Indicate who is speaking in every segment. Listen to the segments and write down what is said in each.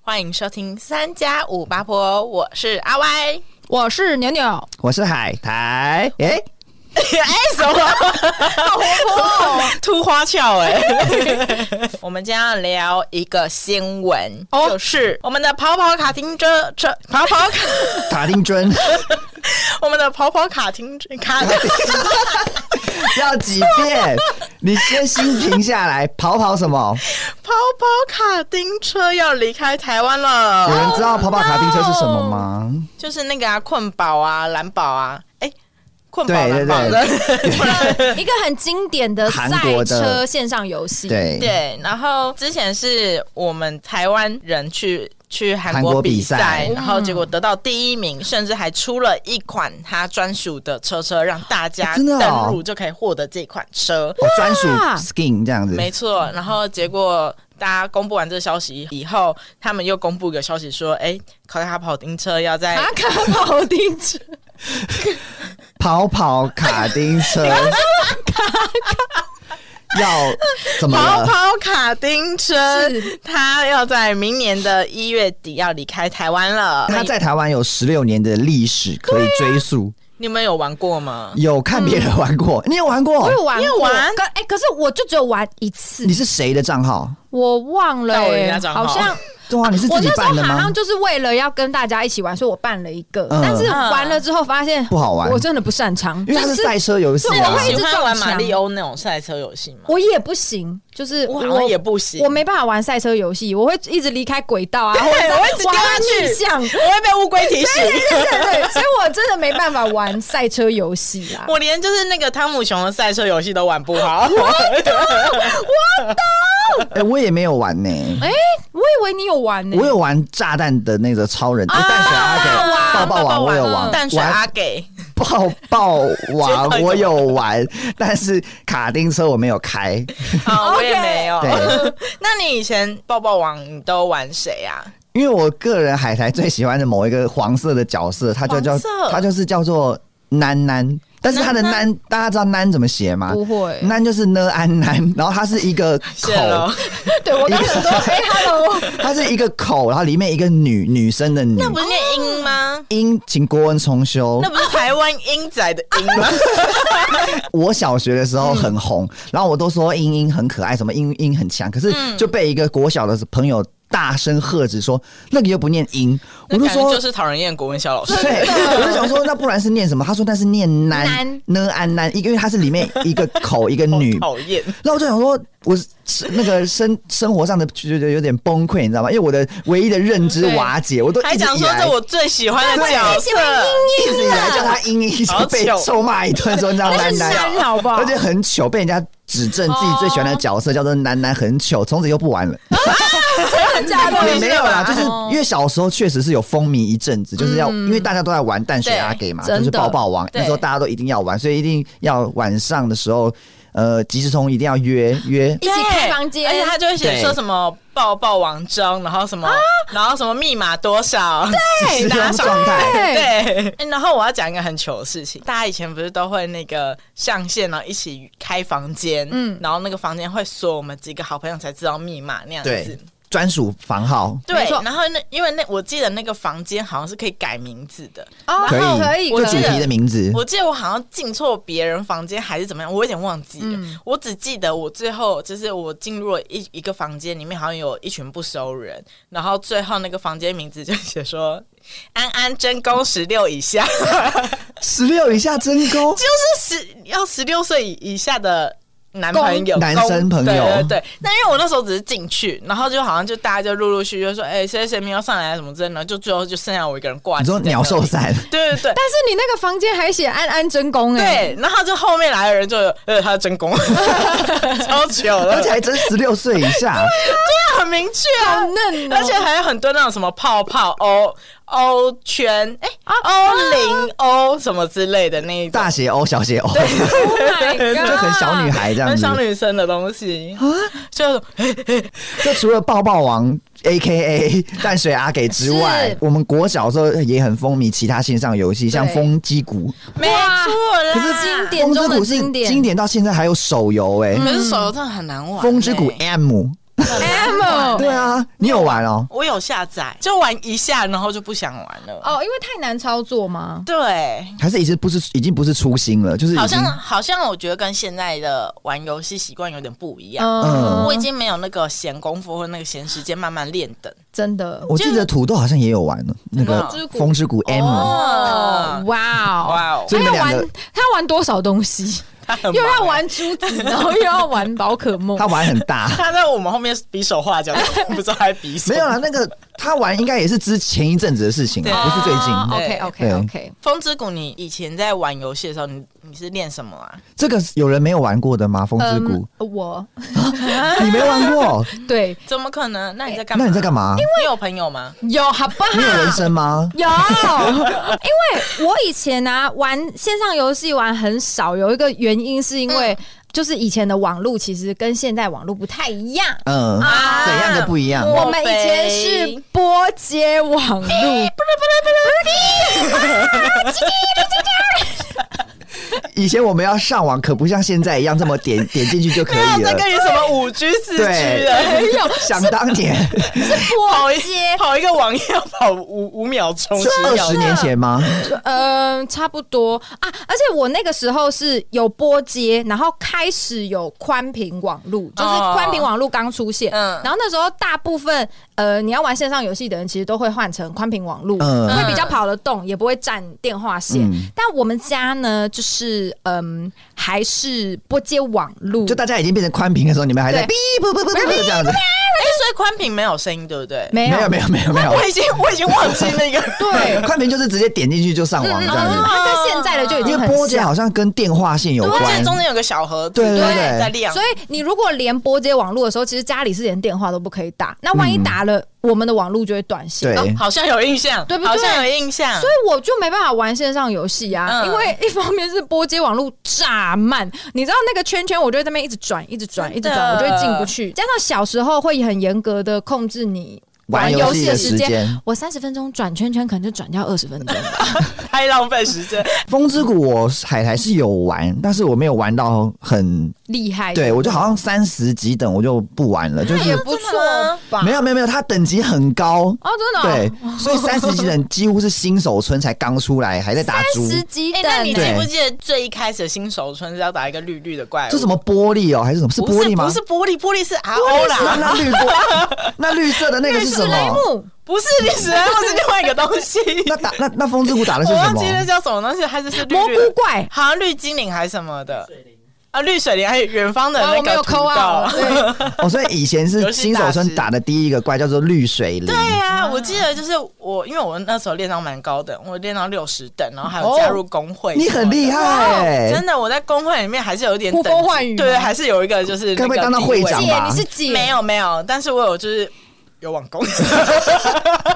Speaker 1: 欢迎收听三加五八婆，我是阿歪。
Speaker 2: 我是牛牛，
Speaker 3: 我是海苔，哎、
Speaker 1: 哎， 什么？秃花俏哎、我们今天要聊一个新闻，
Speaker 2: 哦
Speaker 1: 就是我们的跑跑卡丁车车跑跑卡，
Speaker 3: 卡 丁尊
Speaker 1: 我们的跑跑卡丁车卡
Speaker 3: 要几遍？你先心停下来，跑跑 什么？
Speaker 1: 跑跑卡丁车要离开台湾了
Speaker 3: 有，人知道跑跑卡丁车是什么吗？
Speaker 1: 就是那个啊，困宝啊，蓝宝啊，哎、困宝
Speaker 3: 对
Speaker 1: 蓝
Speaker 3: 对
Speaker 1: 宝的。
Speaker 2: 一个很经典的赛
Speaker 3: 韩国的
Speaker 2: 车线上游戏。，
Speaker 3: 对，
Speaker 1: 对，然后之前是我们台湾人去去韩
Speaker 3: 韩
Speaker 1: 国
Speaker 3: 国比
Speaker 1: 比赛
Speaker 3: 赛，
Speaker 1: 然后结果得到第一名，甚至还出了一款他专属的车车，让大家
Speaker 3: 啊真的哦
Speaker 1: 登录就可以获得这款车。
Speaker 3: 哦，专属
Speaker 2: 啊
Speaker 3: skin 这样子，
Speaker 1: 没错，然后结果大家公布完这个消息以后，他们又公布一个消息说，哎，考卡跑丁车要在
Speaker 2: 马卡跑丁车，
Speaker 3: 跑跑卡丁 车，要怎么啊
Speaker 1: 跑
Speaker 3: 了？
Speaker 1: 跑卡丁车
Speaker 2: 是，
Speaker 1: 它要在明年的一月底要离开台湾了。
Speaker 3: 他在台湾有十六年的历史可以追溯，
Speaker 2: 啊
Speaker 1: 你们有玩过吗？
Speaker 3: 有看别人玩
Speaker 2: 嗯
Speaker 3: 过，你有玩过
Speaker 2: 我？有玩
Speaker 1: 你有
Speaker 2: 过，
Speaker 1: 玩
Speaker 2: 可哎、可是我就只有玩一次
Speaker 3: 哦你，是谁的账号？
Speaker 2: 我忘了、
Speaker 1: 盗人家
Speaker 2: 哎，
Speaker 1: 账号
Speaker 2: 好 像
Speaker 3: 对啊，你是
Speaker 2: 我
Speaker 3: 自己
Speaker 2: 那时
Speaker 3: 办
Speaker 2: 候
Speaker 3: 的
Speaker 2: 好
Speaker 3: 吗
Speaker 2: 像？就是为了要跟大家一起玩，所以我办了一个，
Speaker 3: 嗯
Speaker 2: 但是玩了之后发现
Speaker 3: 不好玩
Speaker 2: 我真的不擅长，
Speaker 3: 因为它
Speaker 2: 就是
Speaker 3: 赛车游戏
Speaker 2: 对
Speaker 3: 啊
Speaker 2: 我，会
Speaker 1: 哦喜
Speaker 2: 一直
Speaker 1: 欢
Speaker 2: 撞
Speaker 1: 玩马
Speaker 2: 墙
Speaker 1: 里欧那种赛车游戏吗？
Speaker 2: 我也不行，就是
Speaker 1: 我好像也不行，
Speaker 2: 我没办法玩赛车游戏，我会一直离开轨道啊，
Speaker 1: 对
Speaker 2: 或者是
Speaker 1: 我会一直掉
Speaker 2: 玩
Speaker 1: 下去
Speaker 2: 逆向，
Speaker 1: 我会被乌龟提醒。
Speaker 2: 对对对，所以我真的没办法玩赛车游戏啦。
Speaker 1: 我连就是那个汤姆熊的赛车游戏都玩不好，
Speaker 3: 哎、我也没有玩呢、
Speaker 2: 哎、我以为你有玩呢、
Speaker 3: 我有玩炸弹的那个超
Speaker 1: 啊
Speaker 3: 人，哎 淡水
Speaker 2: 爆
Speaker 3: 阿
Speaker 2: 爆
Speaker 3: 给
Speaker 2: 王
Speaker 3: 抱
Speaker 1: 玩
Speaker 3: 抱嗯王，我有玩，
Speaker 1: 淡水阿
Speaker 3: 玩
Speaker 1: 给，
Speaker 3: 抱抱
Speaker 1: 知道你
Speaker 3: 王，
Speaker 1: 怎
Speaker 3: 我
Speaker 1: 么
Speaker 3: 有玩，但是卡丁车我没有开。
Speaker 1: 好，我也
Speaker 2: OK
Speaker 1: 没有
Speaker 3: 对。
Speaker 1: 那你以前抱抱王你都玩谁啊？
Speaker 3: 因为我个人海苔最喜欢的某一个黄色的角色，它就叫
Speaker 1: 黄色
Speaker 3: 它就是叫做囡囡，但是它的
Speaker 1: 囡囡
Speaker 3: 囡，大家知道囡怎么写吗？
Speaker 2: 不会，
Speaker 3: 囡就是呢安囡，然后它是一个口
Speaker 1: 谢，喽，
Speaker 2: 对我刚 想说，哎、h e l l o
Speaker 3: 它是一个口，然后里面一个女女生的女
Speaker 1: 那。不是念英吗？
Speaker 3: 音，请国文重修
Speaker 1: 那。不是台湾英仔的英 吗？
Speaker 3: 我小学的时
Speaker 1: 嗯
Speaker 3: 候很红，然后我都说英英很可爱，什么英英很强，可是
Speaker 1: 嗯
Speaker 3: 就被一个国小的朋友大声喝止说那个又不念英，我就
Speaker 1: 那感觉
Speaker 3: 说
Speaker 1: 就是讨人厌国文小老师。
Speaker 3: 对，我就想说，那不然是念什么？他说那是念南
Speaker 2: 南
Speaker 3: 呢安南，一个因为它是里面一个口一个
Speaker 1: 好
Speaker 3: 女。
Speaker 1: 讨厌，
Speaker 3: 那我就想说，我是那个生生活上的就就有点崩溃，你知道吗？因为我的唯一的认知
Speaker 2: 对
Speaker 3: 瓦解，我都
Speaker 1: 还
Speaker 3: 一直
Speaker 1: 讲
Speaker 3: 以
Speaker 1: 说
Speaker 3: 来
Speaker 1: 这我最喜欢的角色，
Speaker 3: 一直以来叫他英英，
Speaker 1: 好
Speaker 3: 就被
Speaker 1: 糗
Speaker 3: 臭骂一顿，说你知道
Speaker 2: 那
Speaker 3: 南
Speaker 2: 是
Speaker 3: 南。
Speaker 2: 山好
Speaker 1: 哦
Speaker 2: 不好
Speaker 3: 而？且很糗，被人家指正自己最喜欢的角色叫做楠楠，很糗，从此又不玩了。
Speaker 2: 真的假
Speaker 1: 对
Speaker 3: 也没有
Speaker 1: 哦是吧啊
Speaker 3: 啦，
Speaker 1: 哦嗯
Speaker 3: 就是
Speaker 2: 哦
Speaker 3: 因为小时候确实是有风靡一阵子，就是要因为大家都在玩淡水阿给嘛，
Speaker 2: 对
Speaker 3: 就是
Speaker 2: 真的
Speaker 3: 抱抱王，
Speaker 1: 对
Speaker 3: 那时候大家都一定要玩，所以一定要晚上的时候，呃，即时通一定要约约。
Speaker 2: 一起开房间
Speaker 1: 而且他就会写
Speaker 3: 对
Speaker 1: 说什么抱抱王中，然后什
Speaker 2: 啊
Speaker 1: 么，然后什么密码多少，
Speaker 3: 是这样的状态
Speaker 2: 对
Speaker 1: 对。哎然后我要讲一个很糗的事情，大家以前不是都会那个上线，然后一起开房间，嗯
Speaker 2: 嗯，
Speaker 1: 然后那个房间会说我们几个好朋友才知道密码那样
Speaker 3: 对
Speaker 1: 子。
Speaker 3: 专属房号，
Speaker 1: 对
Speaker 2: 没，错
Speaker 1: 然后那因为那我记得那个房间好像是可以改名字的，
Speaker 2: 哦
Speaker 3: 可以
Speaker 2: 可以，
Speaker 1: 我
Speaker 3: 就
Speaker 1: 觉
Speaker 3: 主
Speaker 1: 得
Speaker 3: 题的名字。
Speaker 1: 我记得我好像进错别人房间还是怎么样，我有点忘记了。
Speaker 2: 嗯
Speaker 1: 我只记得我最后就是我进入了一一个房间，里面好像有一群不熟人，然后最后那个房间名字就写说“安安真功十六以 下，
Speaker 3: 十六以下真勾”，
Speaker 1: 就是十要十六岁以以下的。男朋友，
Speaker 3: 公男生朋友
Speaker 1: 对对对。那因为我那时候只是进去，然后就好像就大家就陆陆续续就说，哎、谁谁谁没有上来啊什么之类的，然后就最后就剩下我一个人挂。
Speaker 3: 你说鸟兽？散，
Speaker 1: 对对对
Speaker 2: 但是你那个房间还写安安真
Speaker 3: 嗯
Speaker 2: 宫哎、
Speaker 1: 对，然后就后面来的人就，呃，他是真 功，超糗的，
Speaker 3: 而且还真十六岁以下，
Speaker 1: 很明确啊
Speaker 2: 好，嫩哦、
Speaker 1: 而且还有很多那种什么泡泡欧欧圈，哎、
Speaker 2: 啊
Speaker 1: 欧 零欧什么之类的那一种
Speaker 3: 大，写 O 小写 O，
Speaker 2: Oh my
Speaker 3: 就
Speaker 2: God
Speaker 3: 很小女孩这样
Speaker 1: 很
Speaker 3: 子
Speaker 1: 小。女生的东西啊，就
Speaker 3: 就除了抱抱王 A K A 淡水阿给之外
Speaker 2: 是，
Speaker 3: 我们国小的时候也很风靡其他线上游戏，像
Speaker 2: 对
Speaker 3: 风击鼓，
Speaker 1: 没错啦，
Speaker 2: 可是经典
Speaker 3: 风之
Speaker 2: 中的
Speaker 3: 谷是
Speaker 2: 经典嗯
Speaker 3: 经典到现在还有手游哎、
Speaker 1: 可是手游真的很难玩、
Speaker 3: 风之谷
Speaker 1: 哎
Speaker 3: M。
Speaker 2: Ammo
Speaker 3: 对啊，你有玩哦？
Speaker 1: 我有下载，就玩一下，然后就不想玩了。
Speaker 2: 哦，因为太难操作吗？
Speaker 1: 对，
Speaker 3: 还是已经不是已经不是初心了，就是已
Speaker 1: 好
Speaker 3: 经
Speaker 1: 像好像我觉得跟现在的玩游戏习惯有点不一样。
Speaker 2: 嗯，
Speaker 1: 我已经没有那个闲工夫或那个闲时间慢慢练等，
Speaker 2: 真的
Speaker 3: 我记得土豆好像也有玩了那个
Speaker 1: 风
Speaker 2: 之谷
Speaker 3: 风之谷 M，、
Speaker 2: 哦，哇哦，
Speaker 1: 嗯哇哦，
Speaker 3: 所以
Speaker 2: 他
Speaker 3: 你们
Speaker 2: 要
Speaker 3: 两个
Speaker 2: 玩他要玩多少东西？
Speaker 1: 他 很忙
Speaker 2: 又要玩
Speaker 1: 。
Speaker 2: 珠子，然后又要玩宝可梦
Speaker 3: 他。玩很大
Speaker 1: 他在我们后面比手画脚， 不知道还比什
Speaker 3: 没
Speaker 1: 么。
Speaker 3: 有啦，那个他玩应该也是之前一阵子的事情
Speaker 1: 对
Speaker 3: 啊，不是最近。
Speaker 2: OK
Speaker 3: 对
Speaker 2: OK OK，
Speaker 1: 风之谷，你以前在玩游戏的时候，你你是练什么啊？
Speaker 3: 这个有人没有玩过的吗？风之谷，
Speaker 2: 嗯，我嗯
Speaker 3: 你没 玩过？
Speaker 2: 对
Speaker 1: 怎么可能？那你在干嘛？
Speaker 3: 哎那你在干
Speaker 1: 嘛？
Speaker 3: 嘛？
Speaker 1: 你有朋友吗？
Speaker 2: 有好不好？
Speaker 3: 你有人生吗？
Speaker 2: 有，因为我以前啊玩线上游戏玩很少，有一个原因是因为
Speaker 1: 嗯
Speaker 2: 就是以前的网络其实跟现在网络不太一样。
Speaker 3: 嗯，
Speaker 2: 啊
Speaker 3: 怎样的不一样？
Speaker 2: 我们以前是拨接网 路，
Speaker 3: 以前我们要上网，可不像现在一样这么点点进去就可
Speaker 1: 没有
Speaker 3: 以
Speaker 1: 在
Speaker 3: 了
Speaker 1: 跟。你什么五 G 四 G
Speaker 3: 对
Speaker 1: 的，
Speaker 3: 想当年，
Speaker 1: 跑
Speaker 2: 拨
Speaker 1: 一
Speaker 2: 接，
Speaker 1: 跑一个网页要跑五五秒钟，
Speaker 3: 就
Speaker 1: 10
Speaker 3: 二
Speaker 1: 秒
Speaker 3: 十年前吗？
Speaker 2: 嗯，差不多啊。而且我那个时候是有拨接，然后开始有宽频网路，就是
Speaker 1: 哦
Speaker 2: 宽频网路刚出现，
Speaker 1: 嗯
Speaker 2: 然后那时候大部分呃你要玩线上游戏的人，其实都会换成宽频网路，
Speaker 3: 嗯
Speaker 2: 会比较跑得动，也不会占电话线。
Speaker 3: 嗯
Speaker 2: 但我们家呢，就是嗯，还是拨接网路，
Speaker 3: 就大家已经变成宽屏的时候，你们还在哔
Speaker 2: 对
Speaker 3: 不不不不不这样子？
Speaker 1: 哎，所以宽屏没有声音，对不对？
Speaker 2: 没
Speaker 3: 没有没有没有没有
Speaker 1: 我，已经我已经忘记那个
Speaker 2: 对。
Speaker 3: 宽屏就是直接点进去就上网
Speaker 2: 嗯
Speaker 3: 这样子。
Speaker 2: 它跟现在的就已经
Speaker 3: 因为
Speaker 2: 嗯很
Speaker 3: 波姐
Speaker 2: 像
Speaker 3: 好像跟电话线有
Speaker 1: 我记得
Speaker 3: 关，
Speaker 1: 中间有个小盒子，
Speaker 3: 对对
Speaker 2: 对
Speaker 1: 在亮，
Speaker 2: 所以你如果连拨接网络的时候，其实家里是连电话都不可以打。那万一打了，我们的网络就会断线。
Speaker 3: 对
Speaker 2: 所
Speaker 1: 哦好像有印象，
Speaker 2: 对不对
Speaker 1: 好像有印象。
Speaker 2: 以我就没办法玩线上游戏啊，
Speaker 1: 嗯
Speaker 2: 因为一方面是拨接网络炸慢，你知道那个圈圈，我就会在那边一直转，一直转，一直转，我就会进不去。加上小时候会很严格的控制你
Speaker 3: 玩游
Speaker 2: 游
Speaker 3: 戏
Speaker 2: 戏
Speaker 3: 的时
Speaker 2: 时间，
Speaker 3: 间。
Speaker 2: 我三十分钟转圈圈，可能就转掉二十分钟吧。
Speaker 1: 太浪费时间。
Speaker 3: 风之谷我海苔是有玩，但是我没有玩到很，
Speaker 2: 厉害，
Speaker 3: 对我就好像三十级等我就不玩了，就
Speaker 2: 那也
Speaker 3: 是
Speaker 2: 不错
Speaker 1: 真的吗
Speaker 2: 吧？
Speaker 3: 没有没有没有，它等级很高。
Speaker 2: 哦，真的、哦、
Speaker 3: 对，所以三十级等几乎是新手村才刚出来，还在打猪，
Speaker 2: 十级
Speaker 1: 哎
Speaker 2: 等、
Speaker 1: 那你记
Speaker 3: 对
Speaker 1: 不记得最一开始的新手村是要打一个绿绿的怪物？
Speaker 3: 这什么玻璃哦，还是什么？是
Speaker 1: 不
Speaker 3: 玻
Speaker 1: 是
Speaker 3: 璃吗？啊哦
Speaker 1: 不是玻璃，玻璃哦是 RO 啦，
Speaker 3: 那那绿玻， 那绿色的 那个是什
Speaker 2: 史莱
Speaker 3: 么？
Speaker 2: 姆。
Speaker 1: 不是历史莱姆是另外一个东西。
Speaker 3: 那打那 那风之谷打的是
Speaker 1: 我
Speaker 3: 什
Speaker 1: 忘
Speaker 3: 么
Speaker 1: 记？那叫什么东西，它就是绿
Speaker 2: 蘑
Speaker 1: 绿的
Speaker 2: 菇，怪。
Speaker 1: 好像绿精灵还是什么的。啊，绿水灵还有远方的
Speaker 2: 啊
Speaker 1: 那
Speaker 2: 我没
Speaker 1: 个
Speaker 2: 有
Speaker 1: 土豆
Speaker 2: 抠 啊， 对，
Speaker 3: 哦，所以以前是新手村打的第一个怪叫做绿水 灵，
Speaker 1: 对啊，我记得就是我，因为我那时候练到蛮高的，我练到六十等，然后还有加入工会、
Speaker 3: 哦你很厉害、
Speaker 1: 真的，我在工会里面还是有一点
Speaker 2: 呼
Speaker 1: 等
Speaker 2: 风
Speaker 1: 级
Speaker 2: 唤雨
Speaker 1: 对，
Speaker 2: 吗
Speaker 1: 还是有一个就是那
Speaker 3: 该不会
Speaker 1: 个
Speaker 3: 当到
Speaker 1: 地
Speaker 3: 会
Speaker 1: 位
Speaker 3: 长
Speaker 2: 姐
Speaker 3: 吧
Speaker 2: 你是姐，
Speaker 1: 没有没有，但是我有就是有网 工，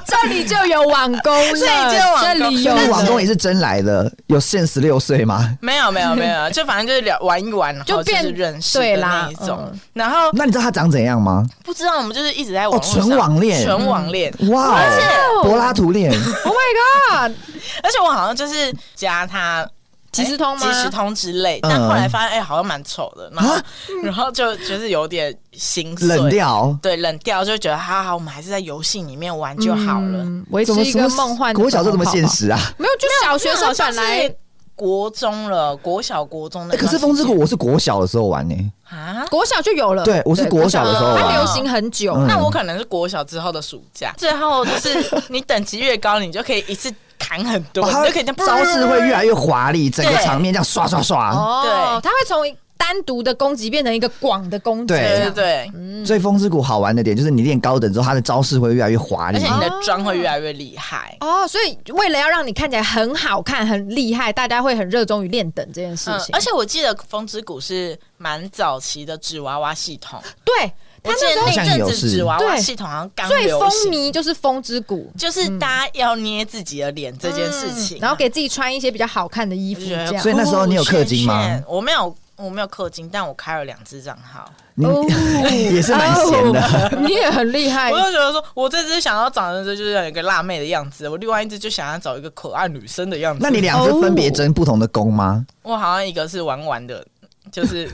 Speaker 2: 这里就有网工
Speaker 1: 这里
Speaker 2: 了，
Speaker 1: 就有网工
Speaker 2: 这里有
Speaker 3: 那
Speaker 1: 但
Speaker 3: 个网工
Speaker 2: 人
Speaker 3: 也是真来的，有限十六岁吗？
Speaker 1: 没有没有没有，就反正就是聊玩一玩，然后
Speaker 2: 就变
Speaker 1: 是认识的那一
Speaker 2: 对
Speaker 1: 种
Speaker 2: 啦嗯。
Speaker 1: 然后
Speaker 3: 那你知道他长怎样吗？
Speaker 1: 不知道我们就是一直在网
Speaker 3: 哦纯网恋
Speaker 1: 纯网恋。
Speaker 3: 哇
Speaker 1: 而且
Speaker 3: 哦，柏拉图恋，
Speaker 2: ，Oh my God，
Speaker 1: 而且我好像就是加他哎
Speaker 2: 即时通吗
Speaker 1: 即时通之类，
Speaker 3: 嗯
Speaker 1: 但后来发现哎、好像蛮丑的，然后然后就就是有点心碎，
Speaker 3: 啊冷掉。
Speaker 1: 对，冷掉就觉得哈哈，我们还是在游戏里面玩就好了。
Speaker 2: 嗯，维持
Speaker 3: 怎么
Speaker 2: 一个梦幻的
Speaker 3: 国小这怎么
Speaker 2: 泡泡
Speaker 3: 现？实啊？
Speaker 2: 没有，就小学生本来。
Speaker 1: 国中了，国小国中的、
Speaker 3: 哎可是风之谷我是国小的时候玩呢、
Speaker 1: 啊，
Speaker 2: 国小就有了，
Speaker 3: 对我是国小的时候啊
Speaker 2: 它
Speaker 1: 玩
Speaker 2: 流行很久。
Speaker 3: 嗯
Speaker 1: 那我可能是国小之后的暑假，最后就是你等级越高，你就可以一次砍很多，
Speaker 3: 哦，
Speaker 1: 你
Speaker 3: 它
Speaker 1: 就可以这样
Speaker 3: 招式会越来越华丽，整个
Speaker 1: 对
Speaker 3: 场面这样刷刷刷。
Speaker 2: 哦，
Speaker 1: 对
Speaker 2: 它会从单独的攻击变成一个广的攻击，
Speaker 3: 对
Speaker 1: 对对对，
Speaker 3: 所以风之谷好玩的点就是你练高等之后，它的招式会越来越华
Speaker 1: 而
Speaker 3: 丽
Speaker 1: 且。你的妆会越来越厉害。
Speaker 2: 哦，所以为了要让你看起来很好看、很厉害，大家会很热衷于练等这件事
Speaker 1: 嗯，
Speaker 2: 情。
Speaker 1: 而且我记得风之谷是蛮早期的纸娃娃系统，
Speaker 2: 对，
Speaker 1: 我
Speaker 2: 它
Speaker 1: 记得
Speaker 2: 那时候
Speaker 3: 好
Speaker 1: 那
Speaker 3: 像有
Speaker 1: 阵子
Speaker 3: 是
Speaker 1: 纸娃娃
Speaker 2: 对
Speaker 1: 系统好像刚
Speaker 2: 最
Speaker 1: 流
Speaker 2: 风
Speaker 1: 行，
Speaker 2: 靡就是风之谷
Speaker 1: 就是大家要捏自己的脸这件事情，啊
Speaker 2: 嗯然后给自己穿一些比较好看的衣服，
Speaker 1: 我觉得
Speaker 2: 这样
Speaker 3: 所以那时候你有氪金吗
Speaker 1: 酷炫我没有，我没有氪金，但我开了两只账号。
Speaker 3: 你
Speaker 2: 哦
Speaker 3: 也是蛮闲的。
Speaker 2: 哦你也很厉害
Speaker 1: 我。就觉得说，我这只想要长得就是要有一个辣妹的样子，我另外一只就想要找一个可爱女生的样子。
Speaker 3: 那你两只分别争不同的功吗？
Speaker 1: 我好像一个是玩玩的， 就是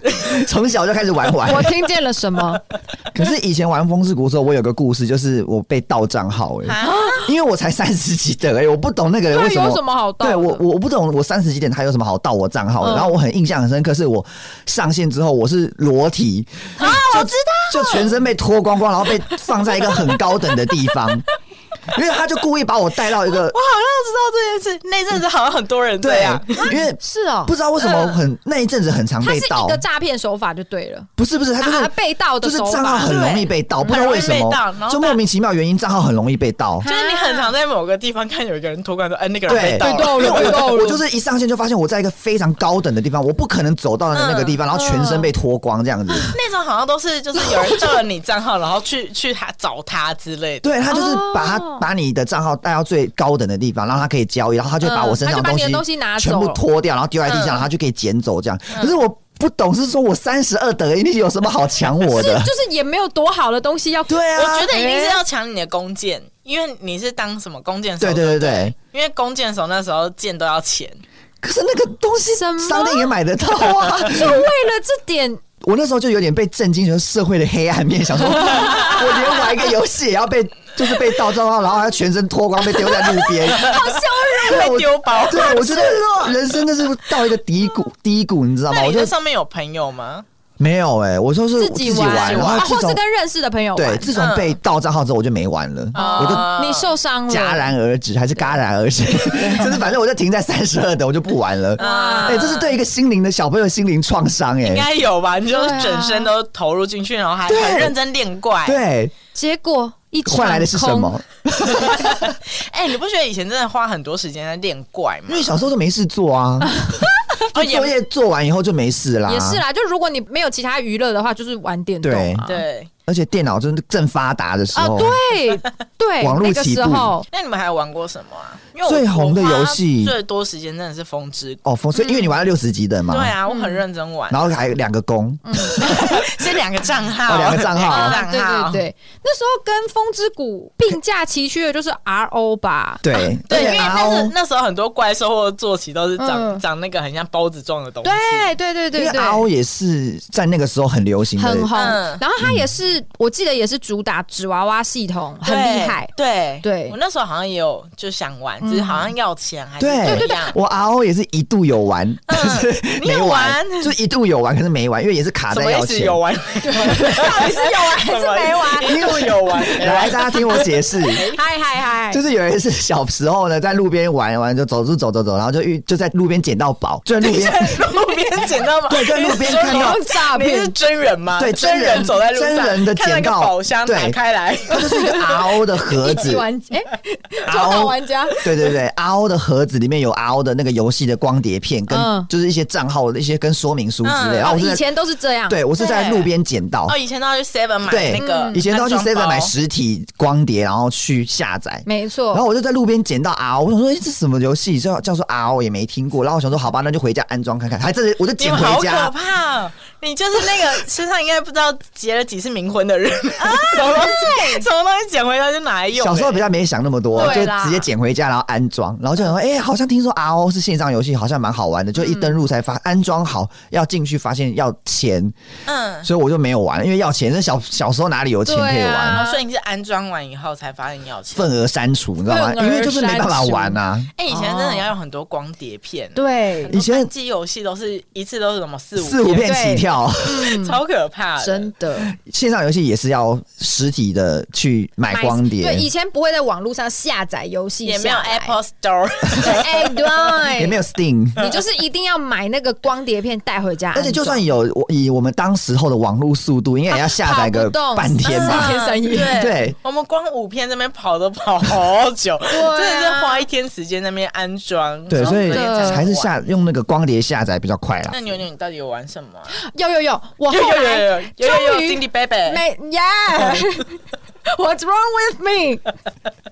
Speaker 3: 从小就开始玩玩。
Speaker 2: 我听见了什么？
Speaker 3: 可是以前玩风之谷的时候，我有个故事，就是我被盗账号哎、
Speaker 1: 啊，
Speaker 3: 因为我才三十几的哎、我不懂那个人
Speaker 2: 那
Speaker 3: 为什么
Speaker 2: 有什么好道的？
Speaker 3: 对我，我我不懂，我三十几点他有什么好盗我账号的？
Speaker 2: 嗯
Speaker 3: 然后我很印象很深刻，是我上线之后我是裸体啊，我知道，就全身被脱光光，然后被放在一个很高等的地方，因为他就故意把我带到一 个
Speaker 1: 我好像知道这件事。那阵子好像很多人这
Speaker 3: 对
Speaker 1: 样，，
Speaker 3: 因为
Speaker 2: 是哦，
Speaker 3: 不知道为什么很那一阵子很常
Speaker 2: 它
Speaker 3: 被
Speaker 2: 是
Speaker 3: 盗
Speaker 2: 一个，诈骗手法就对了，
Speaker 3: 不是不是，他就是
Speaker 2: 啊被盗的
Speaker 3: 就是
Speaker 2: 手
Speaker 3: 账号
Speaker 2: 法。
Speaker 3: 很容易被盗，
Speaker 1: 对
Speaker 3: 不知道为什
Speaker 1: 很容易被盗
Speaker 3: 么
Speaker 1: 然后
Speaker 3: 就莫名其妙原因账号很容易被盗。
Speaker 1: 就是你很常在某个地方看有一个人脱光说，哎，那个人
Speaker 3: 对
Speaker 1: 被，盗
Speaker 2: 被盗
Speaker 1: 了。
Speaker 2: 了
Speaker 3: 因为
Speaker 2: 被盗了
Speaker 3: 我我就是一上线就发现我在一个非常高等的地方，我不可能走到的那个地
Speaker 2: 嗯
Speaker 3: 方，然后全身被脱光这样子。
Speaker 1: 那种好像都是就是有人盗了你账号，然后去去他找他之类的。
Speaker 3: 对他就是把他、
Speaker 2: 哦
Speaker 3: 把你的账号带到最高等的地方，然后他可以交易，然后他就把我身上
Speaker 2: 嗯他就把你的东
Speaker 3: 东
Speaker 2: 西拿走嗯
Speaker 3: 全部脱掉，然后丢在地
Speaker 1: 嗯
Speaker 3: 上，然后他就可以捡走这样。可是我不懂，是说我三十二等，你有什么好抢我
Speaker 2: 是
Speaker 3: 的？
Speaker 2: 就是也没有多好的东西要，
Speaker 3: 对啊，
Speaker 1: 我觉得一定是要抢你的弓箭，因为你是当什么弓箭手？
Speaker 3: 对对对对。
Speaker 1: 因为弓箭手那时候箭都要钱，
Speaker 3: 可是那个东西
Speaker 2: 什么
Speaker 3: 商店也买得到 啊！
Speaker 2: 就为了这点，
Speaker 3: 我那时候就有点被震惊，就是社会的黑暗 面，想说，我连玩一个游戏也要被，就是被盗账号，然后还全身脱光被丢在路 边，
Speaker 2: 好羞辱。
Speaker 3: 对
Speaker 1: 被
Speaker 3: 我
Speaker 1: 丢包。
Speaker 3: 对，我觉得人生就是到一个低谷，低谷，你知道吗？
Speaker 1: 那
Speaker 3: 我
Speaker 1: 你
Speaker 3: 就
Speaker 1: 在上面有朋友吗？
Speaker 3: 没有哎、我就是
Speaker 2: 自
Speaker 3: 己
Speaker 2: 己玩，
Speaker 3: 然
Speaker 1: 哦
Speaker 3: 后
Speaker 2: 啊
Speaker 3: 自
Speaker 2: 或
Speaker 3: 从、
Speaker 2: 是跟认识的朋友
Speaker 3: 对，
Speaker 2: 玩，
Speaker 3: 自从被盗账号之后，我就没玩了，我就
Speaker 1: 啊
Speaker 2: 你受伤了，
Speaker 3: 戛然而止，还是戛然 而止，就是反正我就停在三十二的，我就不玩了。
Speaker 1: 啊
Speaker 3: 哎、这是对一个心灵的小朋友心灵创伤
Speaker 1: 应
Speaker 3: 哎，
Speaker 1: 该有吧？你就
Speaker 2: 对啊
Speaker 1: 整身都投入进去，然后还
Speaker 3: 对
Speaker 1: 很认真练怪。
Speaker 3: 对，
Speaker 2: 结果一场
Speaker 3: 换来的是什
Speaker 2: 空？
Speaker 3: 么？
Speaker 1: 哎，你不觉得以前真的花很多时间在练怪吗
Speaker 3: 因？为小时候就没事做啊，
Speaker 1: 哦
Speaker 3: 就作业做完以后就没事啦，
Speaker 2: 也是啦，就如果你没有其他娱乐的话，就是玩电动
Speaker 3: 嗯
Speaker 2: 啊。
Speaker 1: 对。
Speaker 3: 而且电脑真的正发达的时
Speaker 2: 啊
Speaker 3: 候，，
Speaker 2: 对对，
Speaker 3: 网络
Speaker 2: 那个
Speaker 3: 起
Speaker 2: 时
Speaker 3: 步
Speaker 2: 候
Speaker 1: 那你们还玩过什么啊？因为我
Speaker 3: 最红的游戏
Speaker 1: 我花最多时间真的是《风之谷
Speaker 3: 哦，所以因为你玩了六十级的》。嘛，
Speaker 1: 对啊，我很认真玩，
Speaker 3: 嗯然后还有两个工，
Speaker 1: 这两个账号，
Speaker 3: 哦两个账
Speaker 1: 两
Speaker 3: 号
Speaker 1: 个
Speaker 2: 啊，对
Speaker 1: 账号
Speaker 2: 对对，那时候跟《风之谷》并驾齐驱的就是 R O 吧，
Speaker 3: 对，
Speaker 1: 对，因
Speaker 3: 而
Speaker 1: 为
Speaker 3: 且
Speaker 1: 那是
Speaker 3: RO。
Speaker 1: 那时候很多怪兽或者坐骑都是长
Speaker 2: 嗯
Speaker 1: 长那个很像包子状的东西。
Speaker 2: 对对对
Speaker 3: 因
Speaker 2: 对
Speaker 3: 为
Speaker 2: 对，
Speaker 3: RO 也是在那个时候很流行的，
Speaker 2: 很红。
Speaker 1: 嗯
Speaker 2: 然后它也是，我记得也是主打纸娃娃系统，很
Speaker 1: 对，
Speaker 2: 厉害。
Speaker 1: 对
Speaker 2: 对嗯
Speaker 1: 我那时候好像也有就想玩，只是好像要钱还是
Speaker 3: 对
Speaker 1: 怎
Speaker 2: 对对
Speaker 1: 么
Speaker 2: 对
Speaker 1: 样？
Speaker 3: 我 RO 也是一度有玩，但是
Speaker 1: 你有
Speaker 3: 没玩，
Speaker 1: 玩
Speaker 3: 就是一度有玩，可是没玩，因为也是卡
Speaker 1: 什
Speaker 3: 在
Speaker 1: 么意
Speaker 3: 要
Speaker 1: 思？
Speaker 3: 钱。
Speaker 1: 有玩？到底是有玩还
Speaker 2: 是没玩
Speaker 1: 一路有玩，没
Speaker 3: 来，
Speaker 1: 玩
Speaker 3: 大家听我解释，
Speaker 1: 嗯
Speaker 2: 嗨嗨嗨！
Speaker 3: 就是有一次小时候呢，在路边玩玩，就走走走走走，然后就遇就在路边捡到宝，就在路边，
Speaker 1: 路边捡到吗？
Speaker 3: 对在路边
Speaker 1: 你是说
Speaker 3: 看到
Speaker 1: 你是
Speaker 2: 诈骗
Speaker 1: 你是真人吗？
Speaker 3: 对
Speaker 1: 真
Speaker 3: 真人
Speaker 1: 走在路上，
Speaker 3: 真人的
Speaker 1: 看到一
Speaker 3: 捡
Speaker 1: 个
Speaker 3: 到
Speaker 1: 宝箱
Speaker 3: 对哦
Speaker 1: 打开来，
Speaker 3: 它就是一个 RO 的 盒
Speaker 2: 一级
Speaker 3: 子，
Speaker 2: 玩哎，抓到玩家，
Speaker 3: 对对对，RO 的盒子里面有 RO 的那个游戏的光碟片，跟
Speaker 2: 嗯
Speaker 3: 就是一些账号的一些跟说明书之类，
Speaker 1: 嗯
Speaker 3: 然后
Speaker 2: 哦，
Speaker 3: 我是
Speaker 2: 以
Speaker 3: 在
Speaker 2: 前都是这样。
Speaker 3: 对我是在
Speaker 1: 对
Speaker 3: 路边捡到
Speaker 1: 哦，，以哦前都要去 Seven 买
Speaker 3: 对
Speaker 1: 那个，
Speaker 3: 以前都要去
Speaker 1: 安装
Speaker 3: Seven
Speaker 1: 包
Speaker 3: 买实体光碟，然后去下载。
Speaker 2: 没
Speaker 1: 哦
Speaker 3: 然
Speaker 2: 错。
Speaker 3: 后我就在路边捡到 RO，我想说，哎、这什么游戏？叫叫做 RO 也没听过。然后我想说，好吧，那就回家安装看看。还真的，我就
Speaker 1: 你
Speaker 3: 捡
Speaker 1: 们
Speaker 3: 回
Speaker 1: 好
Speaker 3: 家
Speaker 1: 可。怕、哦！你就是那个身上应该不知道结了几次冥婚的人，
Speaker 2: 啊
Speaker 1: 什么东西，什么东西捡回来就拿来用、
Speaker 3: 小时候比
Speaker 1: 较
Speaker 3: 较没想那么多，就
Speaker 2: 欸对啦
Speaker 3: 直接捡回家，然后安装，然后就想说，哎、好像听说 RO 是线上游戏，好像蛮好玩的。就一
Speaker 2: 嗯
Speaker 3: 登录才发，安装好要进去，发现要钱，
Speaker 1: 嗯，
Speaker 3: 所以我就没有玩，因为要钱。那小小时候哪里有钱可以
Speaker 2: 对
Speaker 3: 玩？
Speaker 2: 啊
Speaker 1: 所以你是安装完以后才发现要钱。
Speaker 3: 份额删除，你知道吗？
Speaker 2: 份额
Speaker 3: 因为就是没办法玩啊。
Speaker 1: 哎、以前真的要有很多光碟片，啊
Speaker 2: 对，
Speaker 3: 以前
Speaker 1: 机游戏都是一次都是什么四五
Speaker 3: 四五片
Speaker 2: 对
Speaker 3: 起跳，
Speaker 1: 超可怕
Speaker 3: 啊
Speaker 1: 的。
Speaker 2: 真的
Speaker 3: 线上游戏也是要实体的去买光碟，
Speaker 2: 对，以前不会在网络上下载游戏，
Speaker 1: 也没有
Speaker 2: 下来
Speaker 1: Apple Store，
Speaker 2: 哎，
Speaker 3: 也没
Speaker 2: 对，
Speaker 3: 有 Steam。
Speaker 2: 你就是一定要买那个光碟片带回家安
Speaker 3: 而
Speaker 2: 装，
Speaker 3: 且就算有，我以我们当时候的网络速度，应该也要下
Speaker 2: 跑
Speaker 3: 载个
Speaker 2: 不动
Speaker 3: 半天吧
Speaker 2: 嗯。天三夜
Speaker 1: 对，
Speaker 3: 对
Speaker 1: 我们光五片这边跑都跑好久，
Speaker 2: 啊
Speaker 1: 真的是花一天时间在那边安装。
Speaker 3: 对，
Speaker 1: 然后
Speaker 3: 所以
Speaker 1: 隔天才能
Speaker 3: 还是
Speaker 1: 玩
Speaker 3: 下用那个光碟下载比较快啦
Speaker 1: 那。牛牛，你到底有玩什么、啊？
Speaker 2: 有有有，我
Speaker 1: 有
Speaker 2: 后
Speaker 1: 有
Speaker 2: 来
Speaker 1: 有有有有
Speaker 2: 终于
Speaker 1: Cindy Baby，
Speaker 2: 没 Yeah，What's wrong with me？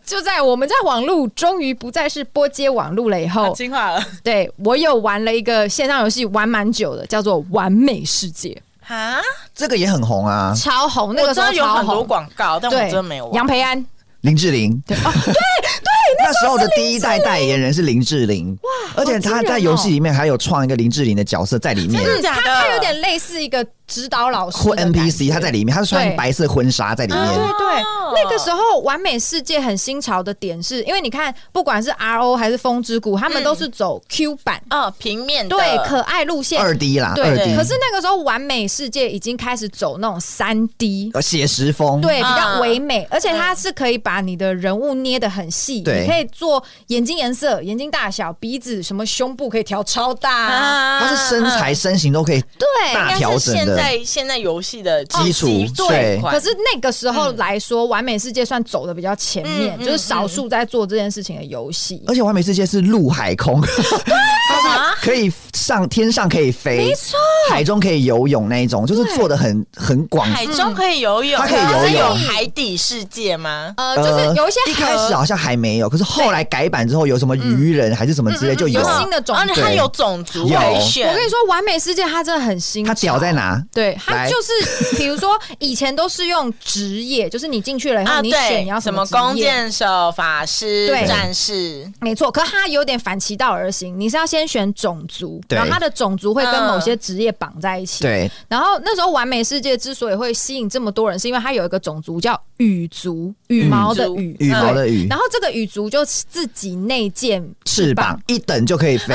Speaker 2: 就在我们在网络终于不再是拨接网络了以
Speaker 1: 好
Speaker 2: 后，
Speaker 1: 听话啊了
Speaker 2: 对我有玩了一个线上游戏，玩蛮久的，叫做《完美世界
Speaker 1: 啊！
Speaker 3: 这个也很红啊》，，
Speaker 2: 超红，那
Speaker 1: 我
Speaker 2: 个
Speaker 1: 知
Speaker 2: 时候
Speaker 1: 道有
Speaker 2: 超
Speaker 1: 很多
Speaker 2: 红。
Speaker 1: 广告，但我
Speaker 2: 对，
Speaker 1: 真的没有玩
Speaker 2: 杨。培安，
Speaker 3: 林志玲。
Speaker 2: 对哦，对对，
Speaker 3: 那时候的第一代代言人是林志玲，哇！而且
Speaker 2: 好
Speaker 3: 他
Speaker 2: 惊人
Speaker 3: 在
Speaker 2: 哦
Speaker 3: 游戏里面还有创一个林志玲的角色在里面，
Speaker 1: 真的假
Speaker 2: 他
Speaker 1: 的？
Speaker 2: 他有点类似一个指导老师
Speaker 3: 或
Speaker 2: 的感觉
Speaker 3: NPC 他在里面，他是穿
Speaker 2: 对
Speaker 3: 白色婚纱在里面。
Speaker 2: 对对
Speaker 1: 哦，
Speaker 2: 那个时候完美世界很新潮的点是，因为你看，不管是 RO 还是风之谷，他们都是走 Q 版，
Speaker 1: 哦，平面的
Speaker 2: 对可爱路线。
Speaker 3: 嗯二 D 啦，二
Speaker 2: 对，
Speaker 3: D，
Speaker 2: 可是那个时候完美世界已经开始走那种三 D，
Speaker 3: 呃写实风，
Speaker 2: 对，比较
Speaker 1: 嗯
Speaker 2: 唯美，而且它是可以把你的人物捏得很细，你
Speaker 3: 啊对
Speaker 2: 可以做眼睛颜色、眼睛大小、鼻子什么胸部可以调超大啊，
Speaker 1: 啊
Speaker 3: 它是身材身形都可以
Speaker 2: 对。
Speaker 3: 大
Speaker 1: 应该
Speaker 3: 调
Speaker 1: 是
Speaker 3: 整
Speaker 1: 现
Speaker 3: 的
Speaker 1: 在现在游戏的哦
Speaker 3: 基础对
Speaker 1: 对，
Speaker 2: 可是那个时候来说，完美世界算走的比较前面，
Speaker 1: 嗯
Speaker 2: 就是少数在做这件事情的游戏。
Speaker 3: 而且完美世界是陆海空， 它是可以上天上可以飞，没错，海中可以游泳那一种，就是做的很很广。
Speaker 1: 海中可以游泳，
Speaker 2: 啊
Speaker 3: 它可以
Speaker 1: 可是
Speaker 3: 游
Speaker 1: 有
Speaker 3: 泳
Speaker 1: 海底世界吗？
Speaker 2: 呃，就是有一些
Speaker 3: 一开始
Speaker 2: 河
Speaker 3: 好像还没有，可是后来改版之后有什么鱼人还是什么之类就有
Speaker 2: 有。新的种
Speaker 1: 啊，
Speaker 2: 族
Speaker 1: 它
Speaker 3: 对
Speaker 1: 有种族
Speaker 3: 有
Speaker 1: 可以选。
Speaker 2: 我跟你说，完美世界它真的很新，
Speaker 3: 它屌在？哪？
Speaker 2: 对，它
Speaker 3: 来
Speaker 2: 就是比如说以前都是用职业， 就是你进去了以后，
Speaker 1: 啊，
Speaker 2: 你选
Speaker 1: 对
Speaker 2: 你要，
Speaker 1: 什
Speaker 2: 么
Speaker 1: 么
Speaker 2: 职
Speaker 1: 弓
Speaker 2: 业
Speaker 1: 箭手、法师
Speaker 2: 对、
Speaker 1: 战士，
Speaker 2: 没错，可它有点反其道而行，你是要先选种族，
Speaker 3: 对
Speaker 2: 然后它的种族会跟
Speaker 1: 嗯
Speaker 2: 某些职业绑在一起。，
Speaker 3: 对，
Speaker 2: 然后那时候完美世界之所以会吸引这么多人，是因为它有一个种族叫羽族，羽毛的羽，
Speaker 3: 羽毛的羽
Speaker 2: 然，后这个羽族就自己内建
Speaker 3: 翅膀一等就可以飞。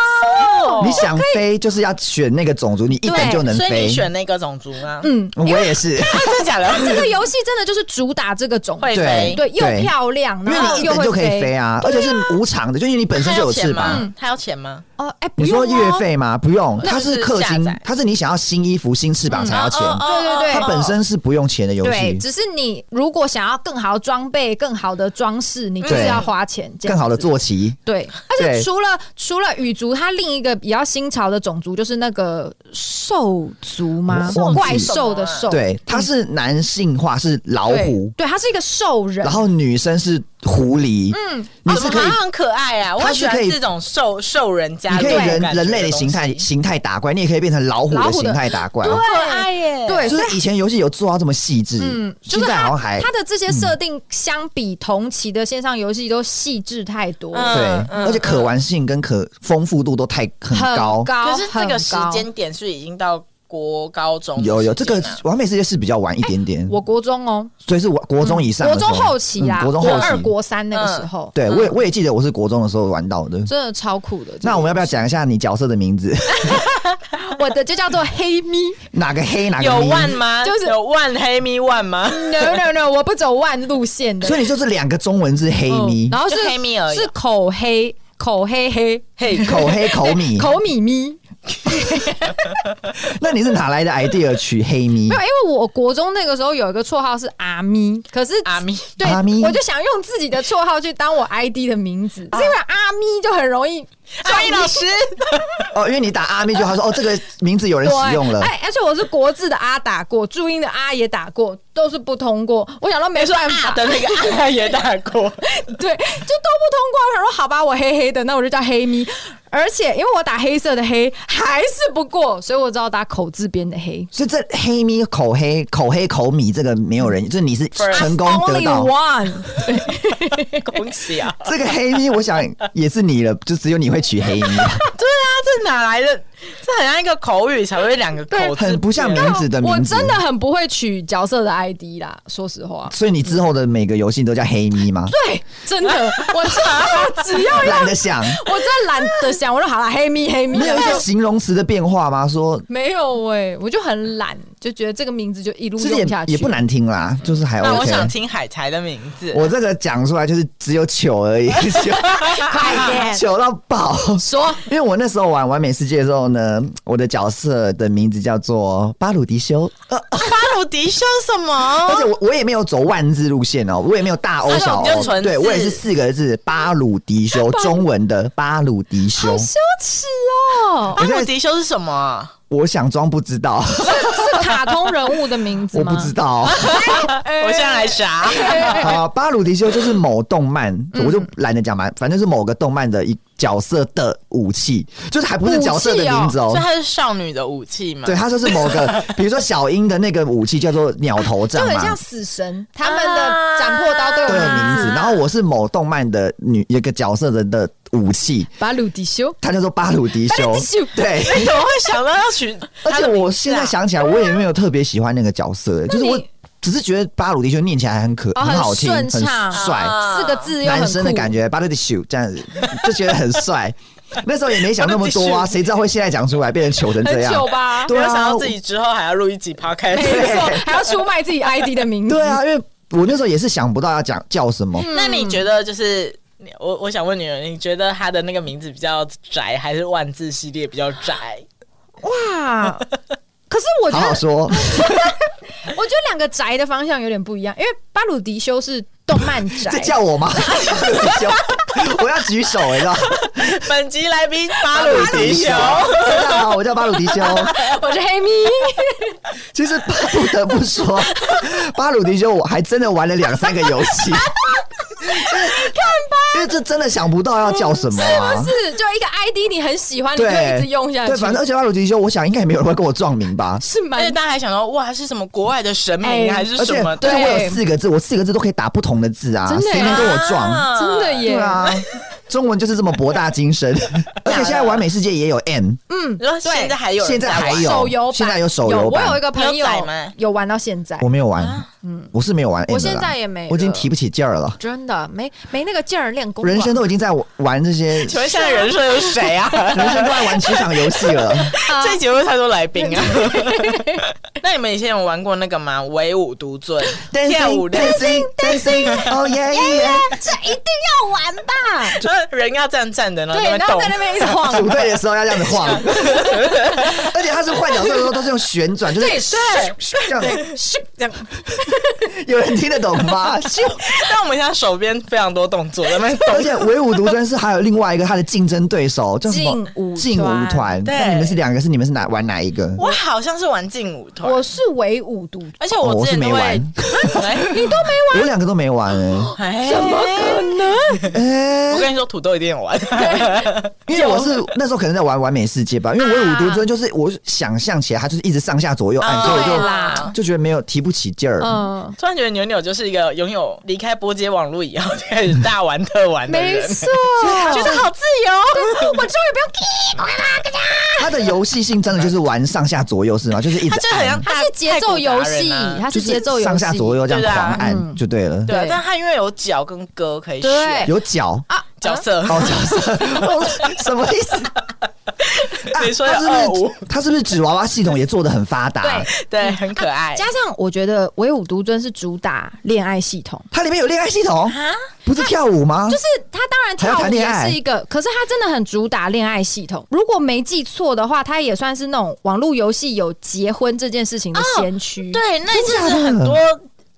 Speaker 1: 哦
Speaker 3: 你想飞就是要选那个种族，你一等就能
Speaker 1: 所以
Speaker 3: 飞
Speaker 1: 你。选那个种族吗？啊
Speaker 2: 嗯，
Speaker 3: 我也是，
Speaker 1: 真的假的？
Speaker 2: 这个游戏真的就是主打这个种族，
Speaker 1: 会飞，
Speaker 2: 对，又
Speaker 3: 对
Speaker 2: 漂亮，
Speaker 3: 因为
Speaker 2: 然后
Speaker 3: 你一
Speaker 2: 又
Speaker 3: 等
Speaker 2: 会
Speaker 3: 就可以飞啊，而且是无偿的，就因为你本身
Speaker 1: 他
Speaker 3: 就有
Speaker 1: 要
Speaker 3: 翅
Speaker 1: 钱
Speaker 3: 膀。
Speaker 1: 吗？他要钱吗？
Speaker 2: 哦，哎，不
Speaker 3: 你
Speaker 2: 用
Speaker 3: 说
Speaker 2: 哦
Speaker 3: 月，费吗？不用，
Speaker 1: 那
Speaker 3: 它
Speaker 1: 就是
Speaker 3: 是氪
Speaker 1: 下
Speaker 3: 金
Speaker 1: 载，
Speaker 3: 它是你想要新衣服、新翅膀才要钱，
Speaker 1: 哦哦哦
Speaker 2: 对对对
Speaker 1: 哦
Speaker 3: 它本身是不用钱的游
Speaker 2: 对，
Speaker 3: 戏。
Speaker 2: 只是你如果想要更好的装备、更好的装饰，你就是
Speaker 3: 对
Speaker 2: 要花钱，这样
Speaker 3: 更好的
Speaker 2: 子
Speaker 3: 坐骑，
Speaker 2: 对，而且
Speaker 3: 对
Speaker 2: 除了除了羽族，它另一个比较新潮的种族就是那个兽族吗？
Speaker 3: 我忘记
Speaker 2: 怪兽的兽，
Speaker 3: 对，它是男性化是老
Speaker 2: 对
Speaker 3: 虎，
Speaker 2: 对，它是一个兽人
Speaker 3: 然。后女生是狐狸，嗯，你
Speaker 1: 啊
Speaker 3: 是
Speaker 1: 怎
Speaker 3: 可
Speaker 1: 么
Speaker 3: 以
Speaker 2: 哦
Speaker 1: 好像很可爱啊！我
Speaker 3: 它
Speaker 1: 很
Speaker 3: 是
Speaker 1: 喜欢
Speaker 3: 可以
Speaker 1: 这种兽兽人家的
Speaker 3: 你可以
Speaker 1: 那种
Speaker 3: 人
Speaker 1: 感觉
Speaker 3: 人类的
Speaker 1: 东
Speaker 3: 形态
Speaker 1: 西
Speaker 3: 形态打怪，你也可以变成老虎
Speaker 2: 老
Speaker 3: 的
Speaker 2: 虎的
Speaker 3: 形态打怪，
Speaker 1: 可爱耶，
Speaker 2: 对，
Speaker 3: 就
Speaker 2: 所以
Speaker 3: 是哎以前游戏有做到这么细致，
Speaker 2: 嗯，就
Speaker 3: 现
Speaker 2: 是
Speaker 3: 在好
Speaker 2: 它
Speaker 3: 像还
Speaker 2: 它的这些设定相比同期的线上游戏都细致太多，
Speaker 1: 嗯
Speaker 3: 对，
Speaker 1: 嗯
Speaker 3: 而且可玩性跟可丰富度都太很
Speaker 2: 很
Speaker 3: 高
Speaker 2: 高，，
Speaker 1: 可是这
Speaker 2: 很
Speaker 1: 个时
Speaker 2: 高
Speaker 1: 间点是已经到国高中的时间
Speaker 3: 有
Speaker 1: 了，
Speaker 3: 有这个完美世界是比较晚一点点，
Speaker 2: 我国中哦，
Speaker 3: 所以是我国中以上
Speaker 2: 国
Speaker 3: 的时
Speaker 2: 中
Speaker 3: 候、
Speaker 2: 后期啦，
Speaker 3: 嗯国中后期
Speaker 2: 二、国嗯三那个时候，
Speaker 3: 对，我也我也记得我是国中的时候玩到的。
Speaker 2: 真的超酷的。
Speaker 3: 那我们要不要讲一下你角色的 名字？
Speaker 2: 我的就叫 做黑咪
Speaker 3: 哪个黑哪个
Speaker 1: 有
Speaker 3: 咪
Speaker 1: 万吗？
Speaker 2: 就是
Speaker 1: 有万黑咪万吗？
Speaker 2: ，no no no，我不走万路线的
Speaker 3: 所。以你就是两个中文字黑
Speaker 2: 嗯，
Speaker 3: 咪
Speaker 2: 然后是
Speaker 1: 就黑咪而已啊
Speaker 2: 是口黑口黑黑
Speaker 1: 嘿，
Speaker 3: 口黑口 米。
Speaker 2: 口米咪，
Speaker 3: 那你是哪来的 idea 取黑咪
Speaker 2: 没有，？因为我国中那个时候有一个绰号是阿咪，可是
Speaker 1: 阿咪，
Speaker 2: 对
Speaker 3: 阿咪啊
Speaker 2: 我就想用自己的绰号去当我 ID 的名字，是因为阿咪就很容易。
Speaker 1: 阿咪老师，
Speaker 3: 哦，因为你打阿咪就好说哦，这个名字有人使用了。
Speaker 2: 哎，而且我是国字的阿打过，注音的阿也打过，都是不通过。我想说没
Speaker 1: 别说
Speaker 2: 办
Speaker 1: 啊
Speaker 2: 法，
Speaker 1: 的那个 啊也打过，
Speaker 2: 对，就都不通过。我想说，好吧，我黑黑的，那我就叫黑咪。而且因为我打黑色的黑还是不过，所以我只好打口字边的黑。
Speaker 3: 所以这黑咪口黑口黑口米这个没有人，就是你是
Speaker 1: First
Speaker 3: 成功得
Speaker 2: Only
Speaker 3: 到
Speaker 2: one，
Speaker 1: 恭喜啊！
Speaker 3: 这个黑咪，我想也是你了，就只有你会取黑咪，
Speaker 1: 对啊，这哪来的？这很像一个口语才会两个口字，
Speaker 3: 很不像名字的
Speaker 2: 我
Speaker 3: 名字。
Speaker 2: 真的很不会取角色的 ID 啦，说实话。
Speaker 3: 所以你之后的每个游戏都叫黑咪吗？
Speaker 2: 对，真 的，我是我只要
Speaker 3: 懒得想，
Speaker 2: 我真的懒得想，我说好了，黑咪黑咪哎
Speaker 3: 没，有一些形容词的变化吗？说
Speaker 2: 没有哎、我就很懒，就觉得这个名字就一路
Speaker 3: 其实也
Speaker 2: 用下去，
Speaker 3: 也不。难听啦，就是还
Speaker 1: 那我
Speaker 3: OK
Speaker 1: 想。听海苔的名字，
Speaker 3: 我这个讲出来就是只有糗而已， 糗
Speaker 2: 快 点
Speaker 3: 糗到爆。
Speaker 2: 说，
Speaker 3: 因为我那时候玩完美世界的时候呢，我的角色的名字叫做巴鲁迪修，
Speaker 1: 哦巴鲁迪修什么
Speaker 3: 而？且我我也没有走万字路线哦，我也没有大欧
Speaker 1: 那种
Speaker 3: 小
Speaker 1: 比较
Speaker 3: 欧，
Speaker 1: 纯字
Speaker 3: 对我也是四个字，巴鲁迪修，中文的巴鲁迪修
Speaker 2: 好。羞耻哦！
Speaker 1: 巴鲁迪修是什么啊？
Speaker 3: 我想装不知道，
Speaker 2: 是卡通人物的名字
Speaker 3: 我
Speaker 2: 吗？
Speaker 3: 不知 道。
Speaker 1: 哎我现在来啥？
Speaker 3: 好，巴鲁迪修就是某动漫，
Speaker 1: 嗯
Speaker 3: 我就懒得讲嘛，反正是某个动漫的一角色的武器，就是还不是角色的名字哦
Speaker 1: 所以。它是少女的武器嘛？
Speaker 3: 对，它就是某个，比如说小樱的那个武器叫做鸟头
Speaker 2: 就
Speaker 3: 杖
Speaker 2: 很
Speaker 3: 嘛
Speaker 2: 像，死神，他们的斩破刀都有
Speaker 3: 都有名
Speaker 2: 名
Speaker 3: 字。啊
Speaker 2: 字。
Speaker 3: 然后我是某动漫的女有一个角色的的武器，
Speaker 2: 巴鲁迪修，
Speaker 3: 它叫做巴鲁迪
Speaker 2: 巴
Speaker 3: 修
Speaker 2: 鲁迪修。
Speaker 3: 对，
Speaker 1: 你哎怎么会想到要取？
Speaker 3: 而且
Speaker 1: 啊
Speaker 3: 我现在，想起来，我也没有特别喜欢那个角色、欸，就是我只是觉得巴鲁迪修念起来很可、
Speaker 2: 啊哦
Speaker 3: 很好听、
Speaker 2: 很
Speaker 3: 很
Speaker 2: 顺畅
Speaker 3: 帅，
Speaker 1: 啊
Speaker 2: 四个字又很
Speaker 3: 男生的感
Speaker 2: 觉。
Speaker 3: 觉，巴鲁迪修这样子就觉得很 帅。那时候也没想那么多啊，谁知道会现在讲出来变成糗成这
Speaker 2: 很
Speaker 3: 样？
Speaker 2: 糗吧？
Speaker 1: 我
Speaker 3: 对
Speaker 1: 要
Speaker 3: 啊，
Speaker 1: 想到自己之后还要录一集 podcast
Speaker 2: 没。错，还要出卖自己 ID 的名字。
Speaker 3: 对，啊，因为我那时候也是想不到要讲叫什
Speaker 2: 嗯
Speaker 3: 么。
Speaker 1: 那你觉得就是你我我想问你，你觉得他的那个名字比较宅，还是万字系列比较宅？
Speaker 2: 哇！可是我觉
Speaker 3: 好
Speaker 2: 得
Speaker 3: 好，说，
Speaker 2: 我觉得两个宅的方向有点不一样，因为巴鲁迪修是动漫宅
Speaker 3: 这，叫我吗？巴鲁迪修，我要举手，你知道吗？
Speaker 1: 本集来宾巴鲁迪熊，
Speaker 3: 大家啊好，我叫巴鲁 迪修。
Speaker 2: 我是 黑咪。
Speaker 3: 啊其实不得不说，巴鲁迪修我还真的玩了两三个游戏。看吧，因为这真的想不到要叫什么啊。
Speaker 2: 是，就一个 ID 你很喜欢，你就一
Speaker 3: 对，
Speaker 2: 直用下去。
Speaker 3: 对，反正而呃且巴鲁迪修，我想应该也没有人会跟我撞名吧。
Speaker 2: 是
Speaker 1: 而且
Speaker 2: 蛮
Speaker 1: 大家还想到哇，是什么国外的神
Speaker 2: 哎
Speaker 1: 明还是
Speaker 3: 而
Speaker 1: 什
Speaker 3: 且
Speaker 1: 么啊
Speaker 3: 对
Speaker 1: 的？
Speaker 3: 我
Speaker 2: 对
Speaker 3: 有四个字，我四个字都可以打不同的字啊
Speaker 2: 真，的耶
Speaker 3: 谁能跟我撞？
Speaker 1: 啊
Speaker 2: 真的耶
Speaker 3: 对啊，中文就是这么博大 精深。而且现在完美世界也有 N，
Speaker 2: 嗯，
Speaker 1: 然后现在还有人
Speaker 3: 现在还
Speaker 1: 玩
Speaker 3: 有
Speaker 2: 手游版
Speaker 3: 现在有手
Speaker 2: 有
Speaker 3: 游
Speaker 2: 我
Speaker 3: 版
Speaker 2: 有一个朋
Speaker 1: 你有
Speaker 2: 友
Speaker 1: 载吗
Speaker 2: 有玩到现在
Speaker 3: 我，没有玩，我是没有玩 N
Speaker 2: 啊
Speaker 3: 的
Speaker 2: 嗯我
Speaker 3: 啦。
Speaker 2: 现在也没了，
Speaker 3: 我已经提不起劲儿了，
Speaker 2: 真的没没那个劲儿练功了，
Speaker 3: 人生都已经在玩这些
Speaker 1: 请问现在人设有谁 啊？
Speaker 3: 人生都在玩职场游戏了，
Speaker 2: 啊
Speaker 1: 这一节目太多来 宾啊！那你们以前有玩过那个吗？唯舞独尊、跳舞的，
Speaker 3: dancing dancing，哦耶耶！
Speaker 2: 这一定要玩吧？
Speaker 1: 就是 人要站站的，然后在
Speaker 2: 对，
Speaker 1: 那边动
Speaker 2: 然后在。那边一直 晃，
Speaker 3: 组队的时候要这样子晃，而且他是换角色的时候都是用旋转，就是
Speaker 2: 对
Speaker 3: 这样子，
Speaker 1: 咻这样，
Speaker 3: 有人听得懂吗？咻
Speaker 1: 但我们现在手边非常多动作，在那边
Speaker 3: 而
Speaker 1: 动。
Speaker 3: 且唯舞独尊是还有另外一个他的竞争对手叫什么
Speaker 2: 劲舞团
Speaker 3: 劲舞团，
Speaker 1: 对
Speaker 3: 那你们是两个，是你们是哪玩哪一个？
Speaker 1: 我好像是玩劲舞团，
Speaker 2: 我是唯舞独
Speaker 1: 而且
Speaker 3: 哦
Speaker 1: 我
Speaker 3: 我
Speaker 1: 之
Speaker 3: 是
Speaker 1: 前都
Speaker 3: 没
Speaker 1: 会
Speaker 3: 玩，，
Speaker 1: 你都
Speaker 3: 我两个都没玩欸
Speaker 1: 没怎么可能？
Speaker 3: 哎
Speaker 1: 我。跟你说，土豆一定有玩，
Speaker 3: 因为我是那时候可能在玩完美世界吧，因为唯舞
Speaker 1: 啊
Speaker 3: 独尊就是我想象起来，他就是一直上下左右按，所以
Speaker 2: 对
Speaker 3: 我
Speaker 2: 啦
Speaker 3: 就，就觉得没有提不起劲儿。
Speaker 2: 嗯，
Speaker 1: 突然觉得牛牛就是一个拥有离开波街网络以后就开始大玩特玩的
Speaker 2: 没
Speaker 1: 人，
Speaker 2: 错，
Speaker 1: 觉得好自由。
Speaker 2: 我终于不用
Speaker 3: 它的游戏性真的就是玩上下左右是吗？就是一
Speaker 1: 他
Speaker 3: 直
Speaker 1: 就很像
Speaker 3: 按，
Speaker 2: 它是节奏游戏，它
Speaker 3: 就是
Speaker 2: 节奏游戏，
Speaker 3: 上下左右这样
Speaker 1: 对啊
Speaker 3: 狂
Speaker 2: 嗯
Speaker 3: 按就对了。
Speaker 1: 对啊
Speaker 2: 对，
Speaker 1: 但他因为有脚跟歌可以
Speaker 2: 对
Speaker 1: 选
Speaker 3: 有 脚
Speaker 2: 啊，
Speaker 1: 角色，
Speaker 3: 哦，角色我说什么意 思？
Speaker 1: 所以说
Speaker 3: 它
Speaker 1: 要
Speaker 3: 是
Speaker 1: 二
Speaker 3: 不
Speaker 1: 五，
Speaker 3: 是它是不是纸娃娃系统也做的很发达？
Speaker 1: 对，很可爱。
Speaker 2: 加上我觉得唯舞独尊是主打恋爱系统。
Speaker 3: 它里面有恋爱系统
Speaker 1: 啊，
Speaker 3: 不是跳舞吗
Speaker 2: 就？是他当然
Speaker 3: 还要
Speaker 2: 跳舞
Speaker 3: 谈
Speaker 2: 也
Speaker 3: 恋爱
Speaker 2: 是一个，可是他真的很主打恋爱系统。如果没记错的话，他也算是那种网络游戏有结婚这件事情的先驱。
Speaker 1: 哦对，那一阵
Speaker 3: 真
Speaker 1: 子
Speaker 3: 假的
Speaker 1: 很多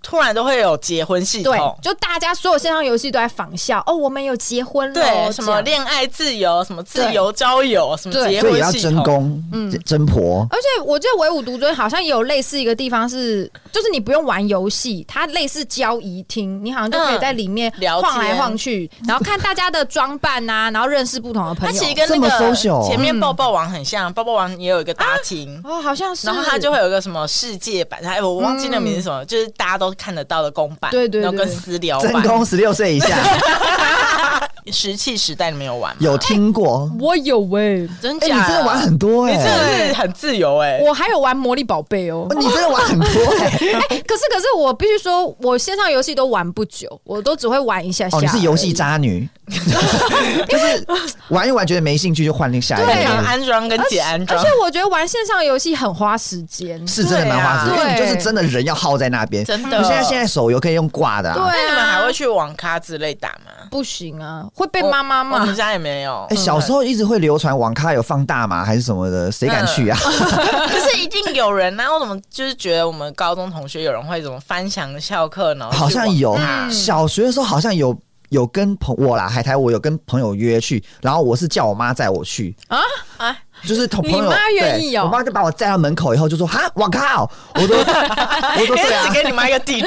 Speaker 1: 突然都会有结婚系
Speaker 2: 对
Speaker 1: 统，，
Speaker 2: 就大家所有线上游戏都在仿效哦，我们有结婚咯
Speaker 1: 对，什
Speaker 2: 哦这
Speaker 1: 么
Speaker 2: 样
Speaker 1: 恋爱自由，什么自由交友，什么
Speaker 2: 对
Speaker 1: 结
Speaker 3: 所以也
Speaker 1: 婚
Speaker 3: 要
Speaker 1: 系
Speaker 3: 争
Speaker 1: 统。嗯
Speaker 3: 公、争婆。
Speaker 2: 而且我记得唯舞独尊好像也有类似一个地方是，就是你不用玩游戏，它类似交谊厅，你好像就可以
Speaker 1: 嗯
Speaker 2: 在里面
Speaker 1: 聊
Speaker 2: 晃来
Speaker 1: 天
Speaker 2: 晃去，然后看大家的装扮啊，然后认识不同的朋
Speaker 1: 它
Speaker 2: 友。
Speaker 1: 其实跟那
Speaker 3: 这么
Speaker 1: 个
Speaker 3: social
Speaker 1: 前面抱抱王很像，抱抱王也有一个大厅。
Speaker 2: 哦，好像是，嗯
Speaker 1: 然后它就会有一个什么世界版，它哎我忘记那名字是什么，就是大家都看得到的公版，
Speaker 2: 对对对
Speaker 1: 然后跟私聊
Speaker 3: 真
Speaker 1: 版
Speaker 3: 公。十六岁 以下
Speaker 1: 石器时代你们有玩吗？
Speaker 3: 有听过？
Speaker 2: 我有喂、
Speaker 1: 真
Speaker 3: 哎，
Speaker 1: 假？
Speaker 3: 你真的玩，很多
Speaker 1: 你真
Speaker 3: 哎，
Speaker 1: 的是很自由哎。
Speaker 2: 我还有玩魔力宝贝哦。
Speaker 3: 你真的玩很多哎。
Speaker 2: 哎可是可是我必须说，我线上游戏都玩不久，我都只会玩一下下。
Speaker 3: 哦，你是游戏？渣女，就是玩一玩觉得没兴趣就换另下一
Speaker 1: 非
Speaker 2: 对啊
Speaker 1: 常
Speaker 3: 个，
Speaker 1: 啊安装跟解安
Speaker 2: 而
Speaker 1: 装
Speaker 2: 且，我觉得玩线上游戏很花时间。
Speaker 3: 是真的蛮花时
Speaker 2: 对啊
Speaker 3: 间，因为你就是
Speaker 2: 对
Speaker 3: 真的人要耗在那边。
Speaker 1: 真的。
Speaker 3: 你现在现在手游可以用挂的、啊，
Speaker 2: 对啊，
Speaker 1: 那你们还会去网咖之类打吗？
Speaker 2: 不行啊，会被妈妈
Speaker 1: 我
Speaker 2: 骂
Speaker 1: 们。家也没有
Speaker 3: 哎、。小时候一直会流传网咖有放大麻还是什么的，谁敢去啊？
Speaker 1: 可是一定有人呐、我怎么就是觉得我们高中同学有人会怎么翻墙翘课呢？
Speaker 3: 啊好像有，
Speaker 2: 嗯
Speaker 3: 小学的时候好像有有跟朋我啦，海苔我有跟朋友约去，然后我是叫我妈载我去，
Speaker 1: 啊，
Speaker 3: 就是同
Speaker 2: 你
Speaker 3: 朋友
Speaker 2: 妈愿意
Speaker 3: 对
Speaker 2: 哦
Speaker 3: 我妈就把我载到门口以后就说哈，我靠，我说 我说对
Speaker 1: 只
Speaker 3: 啊。
Speaker 1: 给你妈一个地址，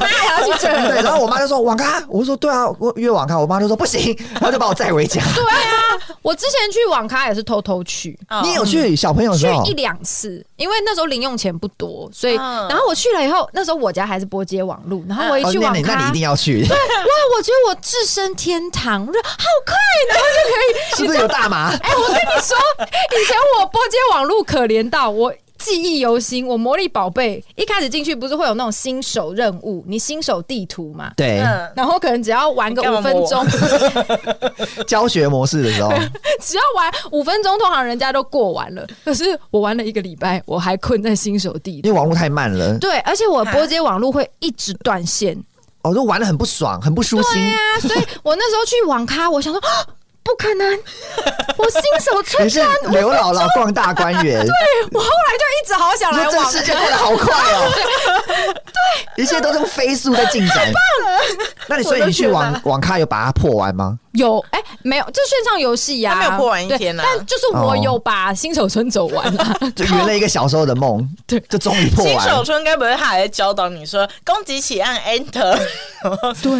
Speaker 2: 妈还要去这
Speaker 3: 对，然后我妈就说网咖，我就说对啊，我约网咖，我妈就说不行，然后就把我载 回家。
Speaker 2: 我之前去网咖也是偷偷去，
Speaker 1: 哦
Speaker 3: 你有去小朋友的
Speaker 2: 去
Speaker 3: 时候
Speaker 2: 一两次，因为那时候零用钱不多，所以、
Speaker 1: 嗯
Speaker 2: 然后我去了以后，那时候我家还是拨接网路，然后我一
Speaker 3: 哦
Speaker 2: 去
Speaker 3: 那
Speaker 2: 网
Speaker 3: 你
Speaker 2: 咖，
Speaker 3: 那你一定要去，
Speaker 2: 哇，我觉得我置身天堂，我说好快，然后就可以
Speaker 3: 是不是有大麻？
Speaker 2: 哎、我跟你说，以前我拨接网路可怜到我。记忆犹新，我魔力宝贝一开始进去不是会有那种新手任务，你新手地图嘛，
Speaker 3: 对，
Speaker 1: 嗯，
Speaker 2: 然后可能只要玩个
Speaker 1: 你干嘛
Speaker 2: 五分
Speaker 1: 摸我
Speaker 2: 钟，
Speaker 3: 教学模式的时候，
Speaker 2: 只要玩五分钟，通常人家都过完了。可是我玩了一个礼拜，我还困在新手地图。
Speaker 3: 因为网络太慢了，
Speaker 2: 对，而且我拨接网络会一直断线
Speaker 3: 我哦就玩的很不爽，很不舒心。
Speaker 2: 啊，所以我那时候去网咖，我想说，啊不可能，我新手村
Speaker 3: 你是刘姥姥逛大观园，
Speaker 2: 我后来就一直好想
Speaker 3: 你
Speaker 2: 来
Speaker 3: 说这个
Speaker 2: 网
Speaker 3: 世界过得好快哦， 对，一切都是用飞速在进展。那你所以你去
Speaker 1: 我都
Speaker 3: 网
Speaker 1: 觉
Speaker 3: 网咖有把它破完吗？
Speaker 2: 有哎、没有，就线上游戏呀、
Speaker 1: 他没有破完一天啊哦
Speaker 2: 对但就是我有把新手村走完啊了、
Speaker 3: 就圆了一个小时候的梦，
Speaker 2: 对
Speaker 3: 就终于破
Speaker 1: 新
Speaker 3: 完
Speaker 1: 手
Speaker 3: 了。
Speaker 1: 村该不会他还在教导你说攻击起按 Enter，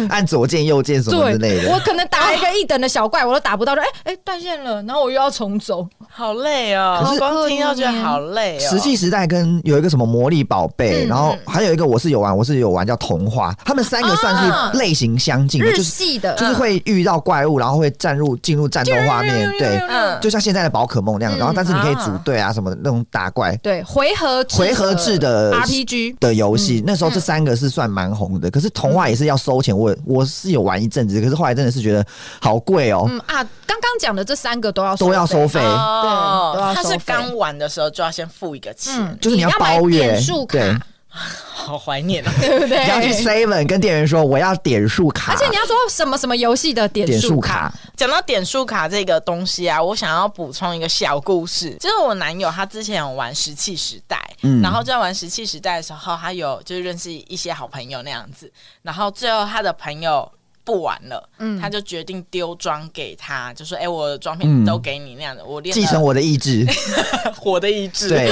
Speaker 3: 按左键、右键什么之类
Speaker 2: 对，
Speaker 3: 的
Speaker 2: 我。可能打一个一等的小怪，我都打不到，就哎哎断线了，然后我又要重走。
Speaker 1: 好累哦
Speaker 3: 可，是
Speaker 1: 光听到觉得好累哦。
Speaker 3: 实际时代跟有一个什么魔力宝贝，
Speaker 2: 嗯
Speaker 3: 然后还有一个我是有玩，我是有玩叫童话，他们三个算是类型相近的，
Speaker 2: 日
Speaker 3: 就是
Speaker 2: 系的，
Speaker 3: 就是会遇到怪物，然后会站入进入战斗画面，对，
Speaker 1: 嗯
Speaker 3: 就像现在的宝可梦那样，然后但是你可以组队啊什么的那种打怪
Speaker 2: 对回合制的
Speaker 3: 回合制的
Speaker 2: RPG。
Speaker 3: 的游戏，那时候这三个是算蛮红的，可是童话也是要收钱，我我是有玩一阵子，可是后来真的是觉得好贵哦，
Speaker 2: 嗯啊，刚刚讲的这三个都要
Speaker 3: 都要
Speaker 2: 费
Speaker 3: 收费，
Speaker 1: 哦
Speaker 2: 对都要
Speaker 1: 他
Speaker 2: 收
Speaker 1: 是
Speaker 2: 费
Speaker 1: 刚玩的时候就要先付一个钱，
Speaker 3: 就是你要
Speaker 2: 你要买
Speaker 3: 包月
Speaker 2: 点数，卡
Speaker 3: 对，
Speaker 1: 好怀念啊！
Speaker 2: 对不对？
Speaker 3: 你要去 Seven 跟店员说我要点数卡，
Speaker 2: 而且你要说什么什么游戏的点
Speaker 3: 点数
Speaker 2: 数
Speaker 3: 卡，
Speaker 1: 讲到点数卡这个东西啊，我想要补充一个小故事，就是我男友他之前有玩石器时代，
Speaker 3: 嗯
Speaker 1: 然后在玩石器时代的时候，他有就是认识一些好朋友那样子，然后最后他的朋友。不玩了，
Speaker 2: 嗯
Speaker 1: 他就决定丢装给他，就说：“哎、我的装片都给你那样的，我练
Speaker 3: 嗯继承
Speaker 1: 了
Speaker 3: 我的意志，
Speaker 1: 火的意志。”
Speaker 3: 对，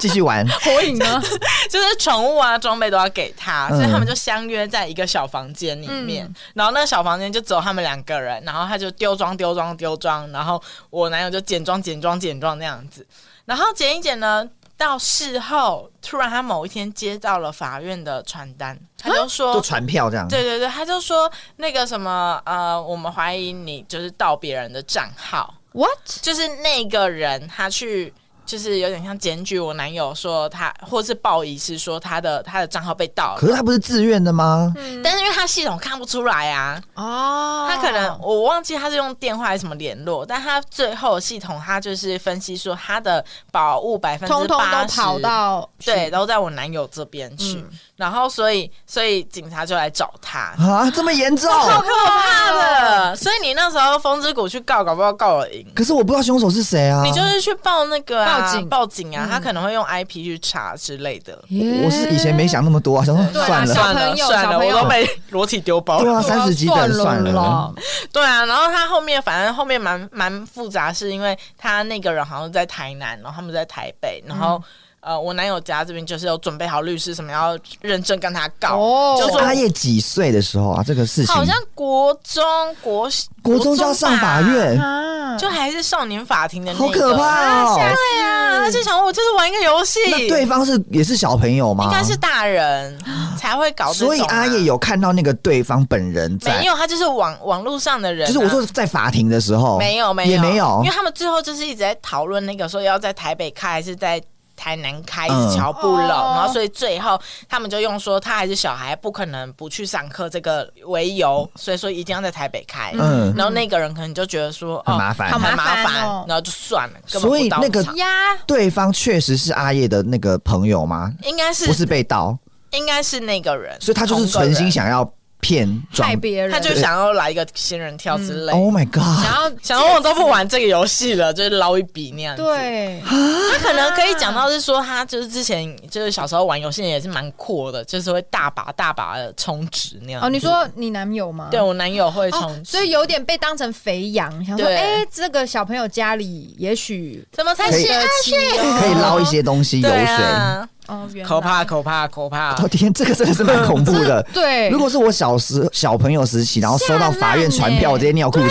Speaker 3: 继续玩，
Speaker 2: 火影呢？
Speaker 1: 就是宠物啊装备都要给他，所以
Speaker 3: 嗯
Speaker 1: 他们就相约在一个小房间里面，然后那个小房间就只有他们两个人，然后他就丢装丢装丢装，然后我男友就捡装捡装捡装那样子，然后捡一捡呢。到事后，突然他某一天接到了法院的传单，他就说
Speaker 3: 就传票这样，
Speaker 1: 哦对对对，他就说那个什么呃，我们怀疑你就是盗别人的账号，
Speaker 2: What？
Speaker 1: 就是那个人他去。就是有点像检举我男友说他，或是报疑是说他的他的账号被盗
Speaker 3: 可
Speaker 1: 了，
Speaker 3: 是他不是自愿的吗？
Speaker 1: 但是因为他系统看不出来啊，
Speaker 2: 哦，
Speaker 1: 他可能我忘记他是用电话还是什么联络，但他最后系统他就是分析说他的宝物百分
Speaker 2: 通
Speaker 1: 之
Speaker 2: 通
Speaker 1: 八
Speaker 2: 都
Speaker 1: 十
Speaker 2: 跑到
Speaker 1: 对都在我男友这边去，然后所以所以警察就来找他，
Speaker 3: 啊，这么严重？
Speaker 1: 好可怕的！所以你那时候风之谷去告，搞不好告我赢。
Speaker 3: 可是我不知道凶手是谁啊，
Speaker 1: 你就是去报那个、啊、
Speaker 2: 报警嗯
Speaker 1: 报警啊，他可能会用 IP 去查之类的。
Speaker 2: 耶
Speaker 3: 我是以前没想那么多啊，想说
Speaker 2: 对啊
Speaker 3: 算
Speaker 2: 小。
Speaker 3: 了
Speaker 1: 算了
Speaker 2: 朋友
Speaker 1: 算
Speaker 2: 小
Speaker 1: 了，
Speaker 2: 朋友
Speaker 1: 我都被裸体丢包
Speaker 3: 对
Speaker 1: 了。
Speaker 3: 啊，三十几等算了
Speaker 2: 啦
Speaker 3: 啦。。
Speaker 1: 对啊，然后他后面反正后面蛮蛮复杂，是因为他那个人好像在台南，然后他们在台北，然
Speaker 2: 嗯
Speaker 1: 后、呃，我男友家这边就是有准备好律师什么要认证跟他告，
Speaker 2: 哦
Speaker 1: 就说
Speaker 3: 阿叶几岁的时候啊？这个事情
Speaker 1: 好像国中国
Speaker 3: 国中就要上法
Speaker 1: 吧
Speaker 3: 院，
Speaker 2: 啊，
Speaker 1: 就还是少年法庭的那个，
Speaker 3: 好可怕哦！
Speaker 1: 对啊，而且想说我就是玩一个游戏，
Speaker 3: 那对方是也是小朋友吗？
Speaker 1: 应该是大 人才会搞这种啊、
Speaker 3: 所以阿叶有看到那个对方本人在
Speaker 1: 没，有？他就是网网络上的人、啊
Speaker 3: 就是我说。在法庭的时候，
Speaker 1: 没有，没有，
Speaker 3: 也没有
Speaker 1: 因为，他们最后就是一直在讨论那个说要在台北开还是在台南开，一
Speaker 3: 嗯
Speaker 1: 直瞧不拢，
Speaker 2: 哦
Speaker 1: 然后所以最后他们就用说他还是小孩，不可能不去上课这个为由，所以说一定要在台北开。
Speaker 3: 嗯
Speaker 1: 然后那个人可能就觉得说
Speaker 3: 很
Speaker 1: 哦，
Speaker 3: 麻烦
Speaker 1: 他们很麻
Speaker 2: 麻
Speaker 1: 烦
Speaker 2: 烦哦，
Speaker 1: 然后就算了，根本
Speaker 3: 所以
Speaker 1: 不到
Speaker 3: 那个
Speaker 1: 场
Speaker 2: 呀，
Speaker 3: 对方确实是阿叶的那个朋友吗？
Speaker 1: 应该是
Speaker 3: 不是被盗，
Speaker 1: 应该是那个人，
Speaker 3: 所以他就是
Speaker 1: 同个
Speaker 3: 存
Speaker 1: 人
Speaker 3: 心想要骗装
Speaker 2: 害别人，
Speaker 1: 他就想要来一个仙人跳
Speaker 2: 嗯
Speaker 1: 之类。
Speaker 3: ，Oh my God！
Speaker 2: 想要
Speaker 1: 想说我都不玩这个游戏了，就是捞一笔那样子。，
Speaker 2: 对，
Speaker 3: 啊
Speaker 1: 他可能可以讲到是说，他就是之前就是小时候玩游戏也是蛮阔的，就是会大把大把的充值那样子。
Speaker 2: 哦，你说你男友吗？
Speaker 1: 对我男友会充
Speaker 2: 哦，
Speaker 1: 值，
Speaker 2: 所以有点被当成肥羊，想说，
Speaker 1: 对
Speaker 2: 哎、这个小朋友家里也许
Speaker 1: 怎么才
Speaker 3: 可以
Speaker 1: 十二期哦？
Speaker 3: 可以捞一些东西油
Speaker 1: 对
Speaker 3: 水。
Speaker 1: 啊，
Speaker 2: 哦，原来
Speaker 1: 可怕可怕可怕！
Speaker 3: 我天，这个真的是蛮恐怖的。
Speaker 2: 对，
Speaker 3: 如果是我小时小朋友时期，然后收到法院传
Speaker 2: 吓烂
Speaker 3: 票，
Speaker 2: 欸
Speaker 3: 我直接尿裤子。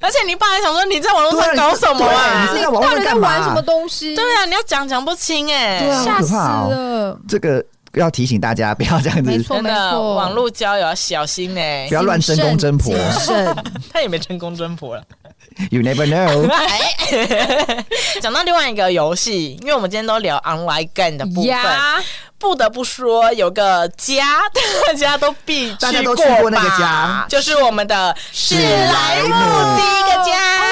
Speaker 1: 而且你爸还想说你在网络
Speaker 3: 对啊
Speaker 1: 上
Speaker 3: 你
Speaker 1: 搞什么啊
Speaker 3: 对？你
Speaker 2: 你
Speaker 3: 在网络
Speaker 2: 到
Speaker 3: 上
Speaker 2: 底在
Speaker 3: 干嘛
Speaker 2: 玩什么东西？
Speaker 1: 对啊，你要讲讲不清哎、
Speaker 3: 对啊
Speaker 2: 吓
Speaker 3: 好可
Speaker 2: 死
Speaker 3: 怕哦
Speaker 2: 了，
Speaker 3: 这个要提醒大家不要这样
Speaker 2: 没
Speaker 3: 子，
Speaker 2: 错
Speaker 1: 真
Speaker 2: 没
Speaker 1: 的，
Speaker 2: 错，
Speaker 1: 网络交友要小心哎、
Speaker 3: 不要乱真公真婆
Speaker 2: 谨慎，谨
Speaker 1: 他也没成功真婆了。
Speaker 3: ，You never know。
Speaker 1: 讲到另外一个游戏，因为我们今天都聊 online game 的部
Speaker 2: 慎
Speaker 1: 分，
Speaker 2: 呀，
Speaker 1: 不得不说有个家，大家都必去
Speaker 3: 大家都去
Speaker 1: 过
Speaker 3: 过那个
Speaker 1: 吧
Speaker 3: 家
Speaker 1: 就是我们的史莱姆
Speaker 3: 姆
Speaker 1: 第一个
Speaker 2: Oh
Speaker 1: 家。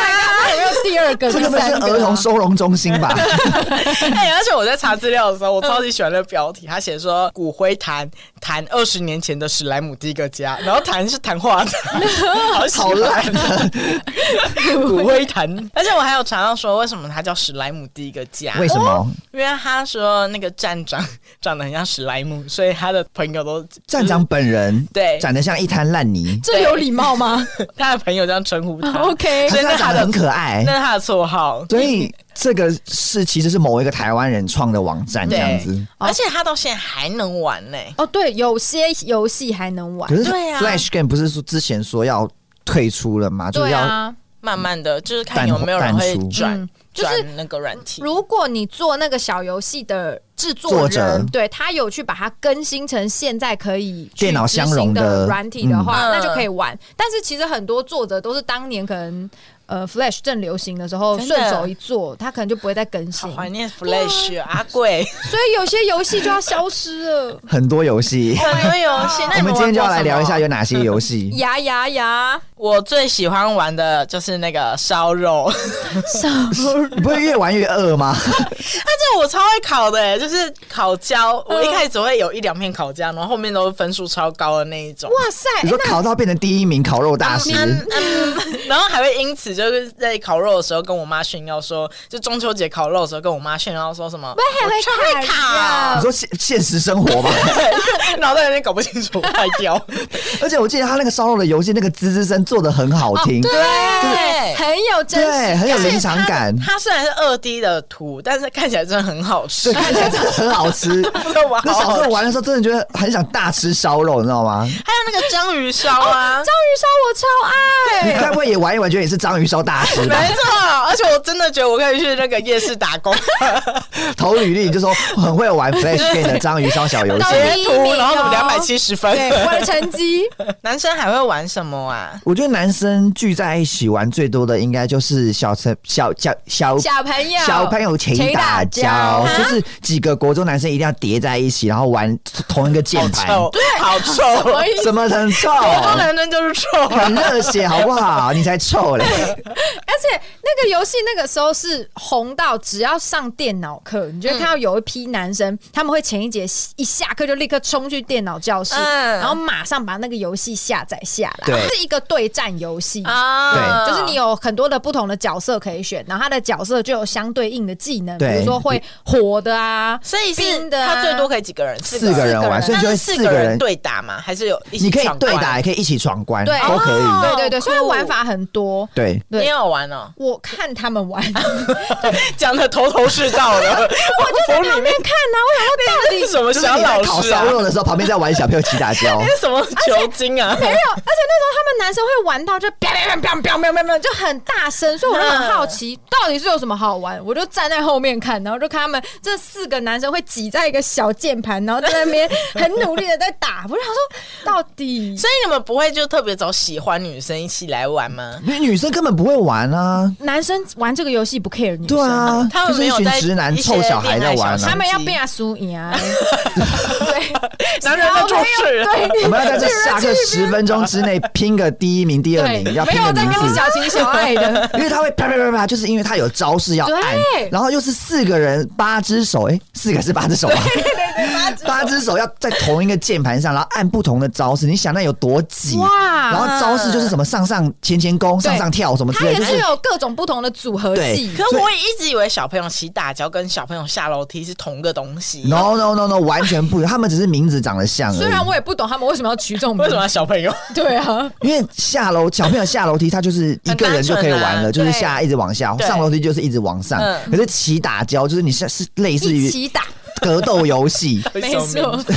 Speaker 2: 还有没有第二个、
Speaker 3: 这
Speaker 2: 第
Speaker 3: 个不是
Speaker 2: 三个啊？
Speaker 3: 儿童收容中心 吧？
Speaker 1: 哎、而且我在查资料的时候，我超级喜欢那个标题，他写说骨灰坛谈二十年前的史莱姆第一个家，然后谈是谈 话的，好喜欢
Speaker 3: 好烂的，
Speaker 1: 骨灰坛。而且我还有查到说，为什么它叫史莱姆第一个家？
Speaker 3: 为什么？
Speaker 1: 因为他说那个站长 长得很像史莱姆，所以他的朋友都
Speaker 3: 站长本人
Speaker 1: 对
Speaker 3: 长得像一滩烂泥，
Speaker 2: 这有礼貌吗
Speaker 1: 他的朋友这样称呼他。
Speaker 2: 啊？OK，
Speaker 3: 可是他长得很可爱。
Speaker 1: 那是他的绰号，
Speaker 3: 所以这个是其实是某一个台湾人创的网站这样子，
Speaker 1: 而且他到现在还能玩呢、
Speaker 2: 哦，对，有些游戏还能玩
Speaker 3: 可，是
Speaker 1: 对啊
Speaker 3: Flash Game 不是说之前说要退出了吗？就是
Speaker 2: 对
Speaker 3: 要
Speaker 2: 啊。
Speaker 1: 慢慢的就是看
Speaker 3: 淡
Speaker 1: 有没有人会
Speaker 3: 淡出
Speaker 1: 转
Speaker 2: 嗯就是
Speaker 1: 转那个软体。
Speaker 2: 如果你做那个小游戏的制作
Speaker 3: 作者
Speaker 2: 人，对他有去把它更新成现在可以去
Speaker 3: 电脑相容的
Speaker 2: 执行的软体的话，
Speaker 1: 嗯
Speaker 2: 那就可以玩。但是其实很多作者都是当年可能呃 Flash 正流行的时候
Speaker 1: 真的
Speaker 2: 顺手一做，他可能就不会再更新
Speaker 1: 好，怀念 Flash 啊阿贵
Speaker 2: 所以有些游戏就要消失了。
Speaker 3: 很多游戏。
Speaker 1: 很多游戏。哦那
Speaker 3: 我
Speaker 1: 你
Speaker 3: 们
Speaker 1: 玩
Speaker 3: 今天就要
Speaker 1: 过
Speaker 3: 来
Speaker 1: 什么
Speaker 3: 聊一下有哪些游戏。
Speaker 2: 呀呀呀！
Speaker 1: 我最喜欢玩的就是那个烧肉，
Speaker 3: 你不会越玩越饿吗？
Speaker 1: 这我超会烤的、欸，就是烤焦。我一开始只会有一两片烤焦，然后后面都是分数超高的那一种。
Speaker 2: 哇塞，嗯
Speaker 3: 你
Speaker 2: 哎
Speaker 3: 说烤到变成第一名烤肉大师，
Speaker 1: 然后还会因此就是在烤肉的时候跟我妈炫耀说，就中秋节烤肉的时候跟我妈炫耀说什么，
Speaker 2: 那还会
Speaker 1: 我
Speaker 3: 你说现现实生活吧？
Speaker 1: 脑袋有点搞不清楚，坏 掉。
Speaker 3: 而且我记得他那个烧肉的游戏，那个滋滋声做的很好听，
Speaker 2: 对，哦很有真
Speaker 3: 对，
Speaker 2: 实，
Speaker 3: 很有临场感，
Speaker 1: 它虽然是二 D 的图，但是看起来真的很好吃
Speaker 3: 对，。看起来真的很好吃。
Speaker 1: 真的哇
Speaker 3: 那小时候玩的时候，真的觉得很想大吃烧肉，你知道吗？
Speaker 1: 还有那个章鱼烧啊，
Speaker 2: 章鱼烧我超爱。
Speaker 3: 你该不会也玩一玩，觉得也是章鱼烧大师吧？
Speaker 1: 没错，而且我真的觉得我可以去那个夜市打工，
Speaker 3: 投履历就说很会玩 Flash Game 的章鱼烧小游戏
Speaker 2: 到。底
Speaker 1: 截图然后什么两百七十分。
Speaker 2: 对， 我的成绩
Speaker 1: 男生还会玩什么啊？
Speaker 3: 我觉得男生聚在一起玩最多的应该就是小成小小小
Speaker 2: 哦小朋友，
Speaker 3: 小朋友请打交，就是几个国中男生一定要叠在一起，然后玩同一个键
Speaker 1: 好
Speaker 3: 盘，
Speaker 1: 臭，好臭！
Speaker 2: 我一
Speaker 3: 什么很臭，
Speaker 1: 国中男生就是臭啊，
Speaker 3: 很热血好不好？你才臭嘞！
Speaker 2: 而且那个游戏那个时候是红到，只要上电脑课，你就会看到有一批男生，他们会前一节一下课就立刻冲去电脑教室，
Speaker 1: 嗯
Speaker 2: 然后马上把那个游戏下载下来。
Speaker 3: 对
Speaker 2: 它是一个对战游戏。
Speaker 1: 啊
Speaker 2: 就是你有很多的不同的角色可以选，然后他的角色就有相对应的技能，比
Speaker 3: 对
Speaker 2: 如说会火的啊，
Speaker 1: 所以是
Speaker 2: 冰的啊
Speaker 1: 他最多可以几个人？四
Speaker 3: 四个人玩，所以
Speaker 1: 那
Speaker 3: 就是会
Speaker 1: 四
Speaker 3: 四
Speaker 1: 个
Speaker 3: 个
Speaker 1: 人
Speaker 3: 人，
Speaker 1: 对打吗？还是有一起
Speaker 3: 你可以
Speaker 1: 闯关
Speaker 3: 对打，也可以一起闯关，
Speaker 2: 对哦
Speaker 3: 都可以。
Speaker 2: 对对对，
Speaker 1: 哦酷
Speaker 2: 所以它玩法很多。
Speaker 3: 对，
Speaker 1: 你
Speaker 2: 对，
Speaker 1: 有玩哦，
Speaker 2: 我看他们玩，
Speaker 1: 讲的头头是道的， 我就在旁边
Speaker 2: 看啊，我想说到底
Speaker 1: 是什么
Speaker 3: 就是
Speaker 1: 小
Speaker 3: 你在
Speaker 1: 老
Speaker 3: 烤
Speaker 1: 师啊
Speaker 3: 烧？肉的时候，旁边在玩小朋友起打交，
Speaker 1: 那什么球精啊？
Speaker 2: 没有，而且那时候他们男生会玩到就 啪啪啪啪啪啪啪啪，就很大声，所以我就很好奇到底是有什么好玩，我就站在后面看，然后就看他们这四个男生会挤在一个小键盘，然后在那边很努力的在打，我就想说 到底
Speaker 1: 所以你们不会就特别找喜欢女生一起来玩吗？
Speaker 3: 因为女生根本不会玩啊。
Speaker 2: 男生玩这个游戏不 care 女生。
Speaker 3: 对啊，
Speaker 1: 他们
Speaker 3: 就是
Speaker 1: 没
Speaker 3: 一
Speaker 1: 有
Speaker 3: 群
Speaker 1: 在
Speaker 3: 直男
Speaker 1: 一些
Speaker 3: 臭小孩
Speaker 1: 恋
Speaker 3: 在
Speaker 1: 爱
Speaker 3: 玩
Speaker 1: 小
Speaker 2: 他
Speaker 3: 啊
Speaker 1: 三。
Speaker 2: 们要变输赢 啊！对，
Speaker 1: 男人在做事
Speaker 2: 对，
Speaker 3: 我们要在这下课十分钟之内拼个第一名、第二
Speaker 2: 对，
Speaker 3: 名，要
Speaker 2: 没
Speaker 3: 拼
Speaker 2: 有
Speaker 3: 个
Speaker 2: 在
Speaker 3: 名
Speaker 2: 跟我
Speaker 3: 字，
Speaker 2: 小情小爱的，
Speaker 3: 因为他会啪啪啪啪，就是因为他有招式要按
Speaker 2: 对，
Speaker 3: 然后又是四个人八只手，哎，四个是八只手吧？八只手要在同一个键盘上，然后按不同的招式，你想那有多挤？
Speaker 2: 哇
Speaker 3: 然后招式就是什么上上前前弓、上上跳什么之
Speaker 2: 它
Speaker 3: 类
Speaker 2: 也
Speaker 3: 的，就是是
Speaker 2: 有各种不同的组合技
Speaker 3: 对。
Speaker 1: 可我也一直以为小朋友骑大脚跟小朋友下楼梯是同个东西，
Speaker 3: no no no no 完全不一样，他们只是名字长得像
Speaker 2: 虽
Speaker 3: 而
Speaker 2: 然
Speaker 3: 已。
Speaker 2: 我也不懂他们为什么要取这种
Speaker 1: 为
Speaker 2: 名字
Speaker 1: 什么要小朋友？
Speaker 2: 对 啊，
Speaker 3: 因为下楼小朋友下楼梯，他就是一个人就可以玩了，
Speaker 1: 很单纯啊
Speaker 3: 就是下一直往下，
Speaker 1: 对
Speaker 3: 上楼梯就是一直往上
Speaker 1: 嗯。
Speaker 3: 可是骑打跤就是你像是类似
Speaker 2: 一
Speaker 3: 于
Speaker 2: 起打，
Speaker 3: 格斗游戏，
Speaker 2: 没
Speaker 1: 什么
Speaker 2: 错
Speaker 1: 名字，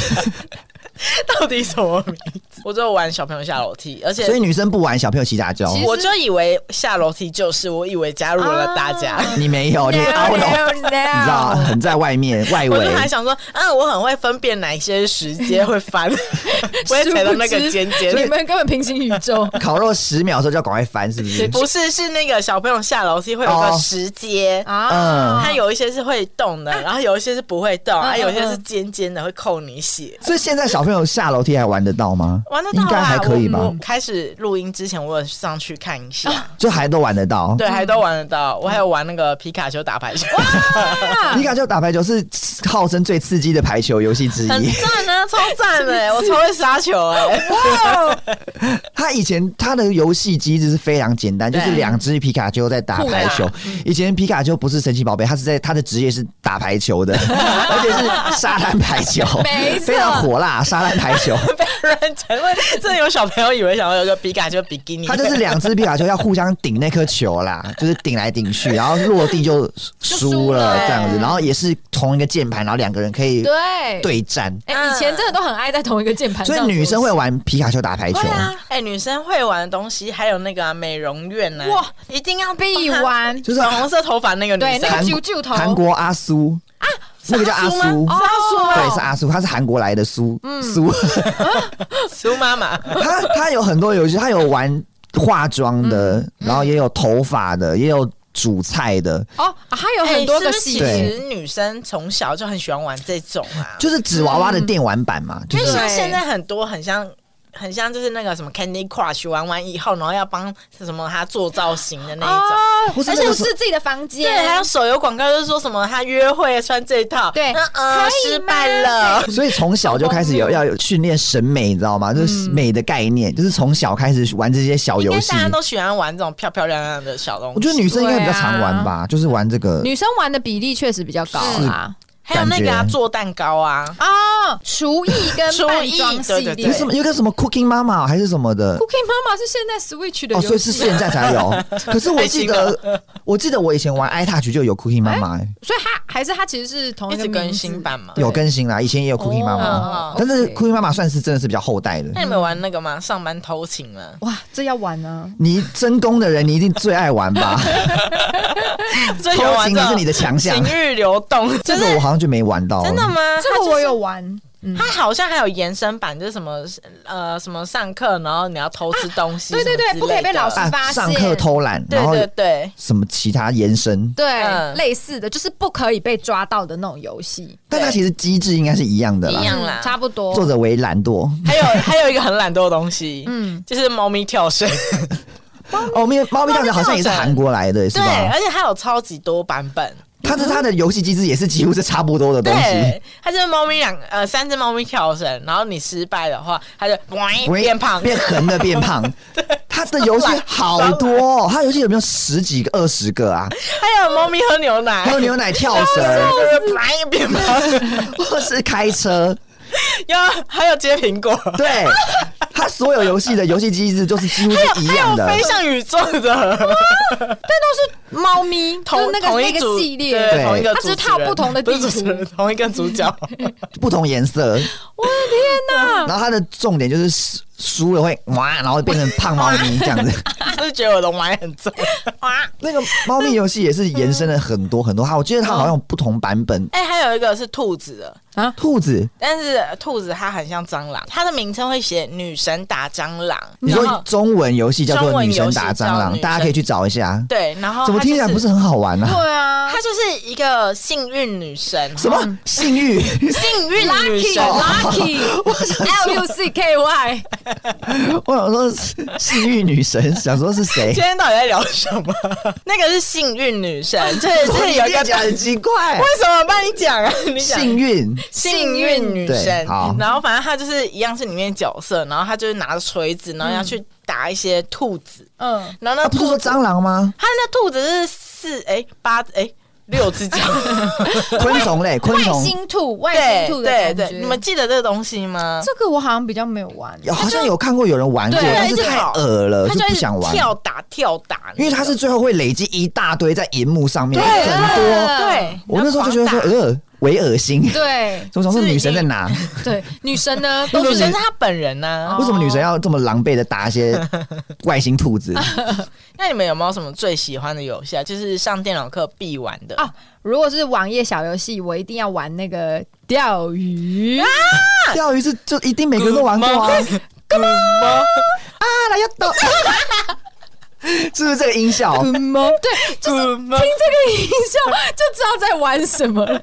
Speaker 1: 到底什么名字？我只有玩小朋友下楼梯，而且
Speaker 3: 所以女生不玩小朋友骑打跤
Speaker 2: 其，实
Speaker 1: 我就以为下楼梯就是，我以为加入了大
Speaker 2: 啊
Speaker 1: 家。
Speaker 3: 你没有，哦你
Speaker 2: No,
Speaker 3: 凹了，
Speaker 2: no, no
Speaker 3: 你知道很在外面外
Speaker 1: 我
Speaker 3: 围
Speaker 1: 就。还想说，嗯，我很会分辨哪些时间会翻，不会踩到那个尖
Speaker 2: 殊不知你
Speaker 1: 尖。
Speaker 2: 们根本平行宇 宙。
Speaker 3: 烤肉十秒的时候就要赶快翻，是不是？
Speaker 1: 不是，是那个小朋友下楼梯会有个石阶。
Speaker 3: 嗯
Speaker 2: 啊，
Speaker 1: 它有一些是会动的，然后有一些是不会动，
Speaker 2: 嗯
Speaker 1: 还有一些
Speaker 2: 嗯
Speaker 1: 是尖尖的，会扣你血。
Speaker 3: 所以现在小朋友下楼梯还玩得到吗？
Speaker 1: 玩得到
Speaker 3: 应
Speaker 1: 啦
Speaker 3: 该还可以吧
Speaker 1: 我？我开始录音之前，我有上去看一下，
Speaker 3: 就还都玩得到。
Speaker 1: 对，还都玩得到。我还有玩那个皮卡丘打排 球，啊
Speaker 3: 皮卡丘打排球是号称最刺激的排球游戏之
Speaker 1: 很
Speaker 3: 一。
Speaker 1: 赞啊，超赞的，我超会杀球哎。
Speaker 3: 他以前他的游戏机制是非常简单，就
Speaker 1: 对嗯
Speaker 3: 是两只皮卡丘在打排球
Speaker 1: 互。
Speaker 3: 以前皮卡丘不是神奇宝贝，他是在他的职业是打排 球的，而且是沙滩排球
Speaker 2: 没，错
Speaker 3: 非常火辣沙滩排球。
Speaker 1: 被人讲，会真的有小朋友以为想要有个皮卡丘比基尼，
Speaker 3: 他就是两只皮卡丘要互相顶那颗球啦， 就是顶来顶去，然后落地就输了这样子，然后也是同一个键盘，然后两个人可以
Speaker 2: 对，
Speaker 3: 对战。
Speaker 2: 哎，以前真的都很爱在同一个键盘
Speaker 3: 所
Speaker 2: 上，
Speaker 3: 以女生会玩皮卡丘打排球，
Speaker 2: 对啊
Speaker 1: 哎、女生会玩的东西，还有那个啊、美容院呢、
Speaker 2: 哇，
Speaker 1: 一定要
Speaker 2: 必玩。
Speaker 3: 就是啊
Speaker 1: 粉红色头发那个女
Speaker 2: 对，
Speaker 1: 生，
Speaker 2: 那个
Speaker 3: 韩
Speaker 2: 揪揪头，
Speaker 3: 韩国阿苏啊，那个叫阿苏。嗯
Speaker 2: 哦，
Speaker 1: 啊
Speaker 3: 对，是阿苏，他是韩国来的苏苏，
Speaker 1: 苏妈妈，
Speaker 2: 哦
Speaker 3: 他他有很多游戏，他有玩化妆的，然后也有头发的，也有煮菜的，
Speaker 2: 哦，还有很多个
Speaker 1: 哎是不是
Speaker 2: 系列，
Speaker 3: 对
Speaker 1: 其实女生从小就很喜欢玩这种啊，
Speaker 3: 就是纸娃娃的电玩版嘛，就
Speaker 1: 因为
Speaker 3: 是
Speaker 1: 像现在很多很像。很像就是那个什么 Candy Crush 玩完以后，然后要帮什么他做造型的那一种，
Speaker 2: 哦，
Speaker 3: 不是
Speaker 2: 而
Speaker 3: 那
Speaker 2: 且
Speaker 3: 个
Speaker 2: 是自己的房间，
Speaker 1: 对，还有手游广告就是说什么他约会穿这一套，嗯
Speaker 2: 对可
Speaker 1: 嗯，
Speaker 2: 以
Speaker 1: 失
Speaker 2: 吗
Speaker 1: 败了，
Speaker 3: 所以从小就开始
Speaker 1: 哦
Speaker 3: 有要有训练审美，你知
Speaker 1: 嗯
Speaker 3: 道吗？就是美的概念，就是从小开始玩这些小
Speaker 1: 应
Speaker 3: 游
Speaker 1: 该
Speaker 3: 戏
Speaker 1: 大。家都喜欢玩这种漂漂亮亮的小东西。
Speaker 3: 我觉得女生应该比较常玩吧，
Speaker 1: 啊
Speaker 3: 就是玩这个。
Speaker 2: 女生玩的比例确实比较高啦。
Speaker 1: 还有那个啊，
Speaker 3: 感觉
Speaker 1: 做蛋糕啊，
Speaker 2: 哦，厨艺跟
Speaker 1: 厨艺
Speaker 2: 扮装系
Speaker 1: 对对
Speaker 2: 列
Speaker 1: 对
Speaker 3: 有什么有个什么 Cooking 妈妈还是什么的
Speaker 2: Cookie 妈妈是现在 Switch 的
Speaker 3: 哦，所
Speaker 2: 游
Speaker 3: 以是
Speaker 2: 戏，
Speaker 3: 现在才 有。可是我记得，我记得我以前玩 iTouch 就有 Cooking
Speaker 1: 哎
Speaker 3: 妈妈、
Speaker 2: 所以它还是它其实是同
Speaker 1: 一
Speaker 2: 一哦个
Speaker 1: 直更
Speaker 2: 名字
Speaker 1: 新版嘛。
Speaker 3: 有更新啦，以前也有 Cooking 妈妈，
Speaker 1: 哦
Speaker 3: 但是
Speaker 2: OK
Speaker 3: Cooking 妈妈算是真的是比较后代的
Speaker 1: 那。你们玩那个吗？上班偷情啊？
Speaker 2: 哇，这要玩啊！
Speaker 3: 你真功的人，你一定最爱玩 吧？
Speaker 1: 最喜欢
Speaker 3: 偷
Speaker 1: 玩
Speaker 3: 情
Speaker 1: 这
Speaker 3: 是
Speaker 1: 种
Speaker 3: 你的强项
Speaker 1: 啊情，欲流动，就
Speaker 3: 这
Speaker 1: 是
Speaker 3: 个我好像啊就没玩到。
Speaker 1: 真的吗？
Speaker 2: 这个我有玩，嗯
Speaker 1: 它，就是。它好像还有延伸版，就是什么呃什么上课，然后你要偷吃东西什
Speaker 2: 啊
Speaker 1: 么之类的，
Speaker 2: 对对对不可以被老师
Speaker 3: 啊
Speaker 2: 发，现
Speaker 3: 上课偷懒，然
Speaker 1: 对
Speaker 3: 后
Speaker 1: 对对，
Speaker 3: 什么其他延伸，
Speaker 2: 对，
Speaker 1: 嗯
Speaker 2: 类似的就是不可以被抓到的那种游戏，嗯
Speaker 3: 但它其实机制应该是一样的
Speaker 1: 一
Speaker 3: 啦。
Speaker 1: 样啦。
Speaker 2: 差不多。
Speaker 3: 作者为懒惰
Speaker 1: 还有还有一个很懒惰的东西，
Speaker 2: 嗯
Speaker 1: 嗯，就是猫咪跳水，
Speaker 3: 哦，没有猫咪跳绳好像也是韩国来的，是
Speaker 1: 对，
Speaker 3: 吧？
Speaker 1: 而且它有超级多版本，
Speaker 3: 它的它的游戏机制也是几乎是差不多的东西。
Speaker 1: 对，它就是猫咪两呃三只猫咪跳绳，然后你失败的话，它就 变胖，
Speaker 3: 变横的 变胖，它的游戏好多、哦，它游戏有没有十几个、二十个啊？
Speaker 1: 还有猫咪喝牛奶，
Speaker 3: 还有牛奶跳
Speaker 1: 对
Speaker 3: 绳，
Speaker 1: 对对啪一变胖，
Speaker 3: 或是开车，
Speaker 1: 要还有接苹果，
Speaker 3: 对，它所有游戏的游戏机制就是几乎是一
Speaker 1: 还有
Speaker 3: 样的。
Speaker 1: 飞向宇宙的，
Speaker 2: 猫咪就是
Speaker 1: 同
Speaker 2: 那个
Speaker 1: 同
Speaker 2: 那
Speaker 1: 一
Speaker 2: 个
Speaker 1: 组
Speaker 2: 系
Speaker 1: 对
Speaker 2: 列，
Speaker 1: 同一个
Speaker 2: 它
Speaker 1: 主
Speaker 2: 只
Speaker 1: 持
Speaker 2: 是
Speaker 1: 人，
Speaker 2: 套不同的地
Speaker 1: 不是主持
Speaker 2: 图
Speaker 1: 人，同一个主 角，
Speaker 3: 不同颜色。
Speaker 2: 我的天哪！
Speaker 3: 然后它的重点就是输输了会哇，然后变成胖猫咪这样子。
Speaker 1: 就是觉得我的玩很重啊。
Speaker 3: 那个猫咪游戏也是延伸了很多很多，它我记得它好像有不同版本。
Speaker 1: 哎，还有一个是兔子的，
Speaker 3: 兔子，
Speaker 1: 但是呃兔子它很像蟑螂，它的名称会写女神打蟑螂，
Speaker 3: 你
Speaker 1: 然
Speaker 3: 说
Speaker 1: 后
Speaker 3: 中文游戏叫
Speaker 1: 中
Speaker 3: 做《
Speaker 1: 文
Speaker 3: 女神
Speaker 1: 游戏
Speaker 3: 打蟑
Speaker 1: 叫
Speaker 3: 螂
Speaker 1: 女》，神
Speaker 3: 大家可以去找一下。
Speaker 1: 对，然后哦
Speaker 3: 怎么
Speaker 1: 它
Speaker 3: 听起来
Speaker 1: 就是
Speaker 3: 不是很好玩啊？
Speaker 2: 对啊，啊
Speaker 1: 她就是一个幸运女神， 哦
Speaker 3: 什么性欲？
Speaker 1: 幸运女神？
Speaker 2: ，lucky，lucky，L U C K Y，
Speaker 3: 我想说是性欲女 神，想说是谁
Speaker 1: 今？天到底在聊什 么？那个是幸运女神，
Speaker 3: 哦
Speaker 1: 这这里有一个
Speaker 3: 你讲很奇怪
Speaker 1: 为，什么帮你讲啊？ 你讲
Speaker 3: 幸运
Speaker 1: 幸运女神
Speaker 3: 对好，
Speaker 1: 然后反正她就是一样是里面的角色，然后她就是拿着锤子，然后要去打一些兔子，
Speaker 2: 嗯，
Speaker 1: 然后
Speaker 3: 啊，
Speaker 1: 那
Speaker 3: 不是
Speaker 1: 兔
Speaker 3: 说
Speaker 1: 子，
Speaker 3: 蟑螂吗？
Speaker 1: 她那兔子是四哎八哎六只 脚，
Speaker 3: 昆虫类，昆
Speaker 2: 外
Speaker 3: 虫
Speaker 2: 星兔，外
Speaker 1: 对
Speaker 2: 星兔的
Speaker 1: 对
Speaker 2: 感觉
Speaker 1: 对，你们记得这个东西吗？
Speaker 2: 这个我好像比较没有玩，
Speaker 3: 有好像有看过有人玩过，
Speaker 2: 对
Speaker 3: 但是
Speaker 1: 一直
Speaker 3: 太
Speaker 1: 跑
Speaker 3: 恶了，
Speaker 1: 他
Speaker 3: 就
Speaker 1: 就
Speaker 3: 不
Speaker 1: 一直
Speaker 3: 想玩。
Speaker 1: 跳打跳打，
Speaker 3: 因为它是最后会累积一大堆在荧幕上面，
Speaker 2: 对
Speaker 3: 很多。
Speaker 1: 对，
Speaker 3: 我那时候就觉得说，
Speaker 1: 然后
Speaker 3: 呃，为恶心。
Speaker 2: 对
Speaker 3: 我想说女神在哪？
Speaker 2: 对，女神呢
Speaker 1: 狂
Speaker 2: 都
Speaker 1: 打，女
Speaker 2: 是
Speaker 1: 神是她本人啊呢
Speaker 2: 哦。
Speaker 3: 为什么女神要这么狼狈的打一些外星兔子？
Speaker 1: 那你们有没有什么最喜欢的游戏啊？就是上电脑课必玩的
Speaker 2: 啊如果是网页小游戏，我一定要玩那个钓鱼啊，
Speaker 3: 钓鱼是就一定每个人都玩过啊！
Speaker 1: 干嘛？
Speaker 3: 啊，来要抖， 是不是这个音效？
Speaker 2: 猫，对，就是
Speaker 1: 干嘛？
Speaker 2: 这个音效就知道在玩什 么了。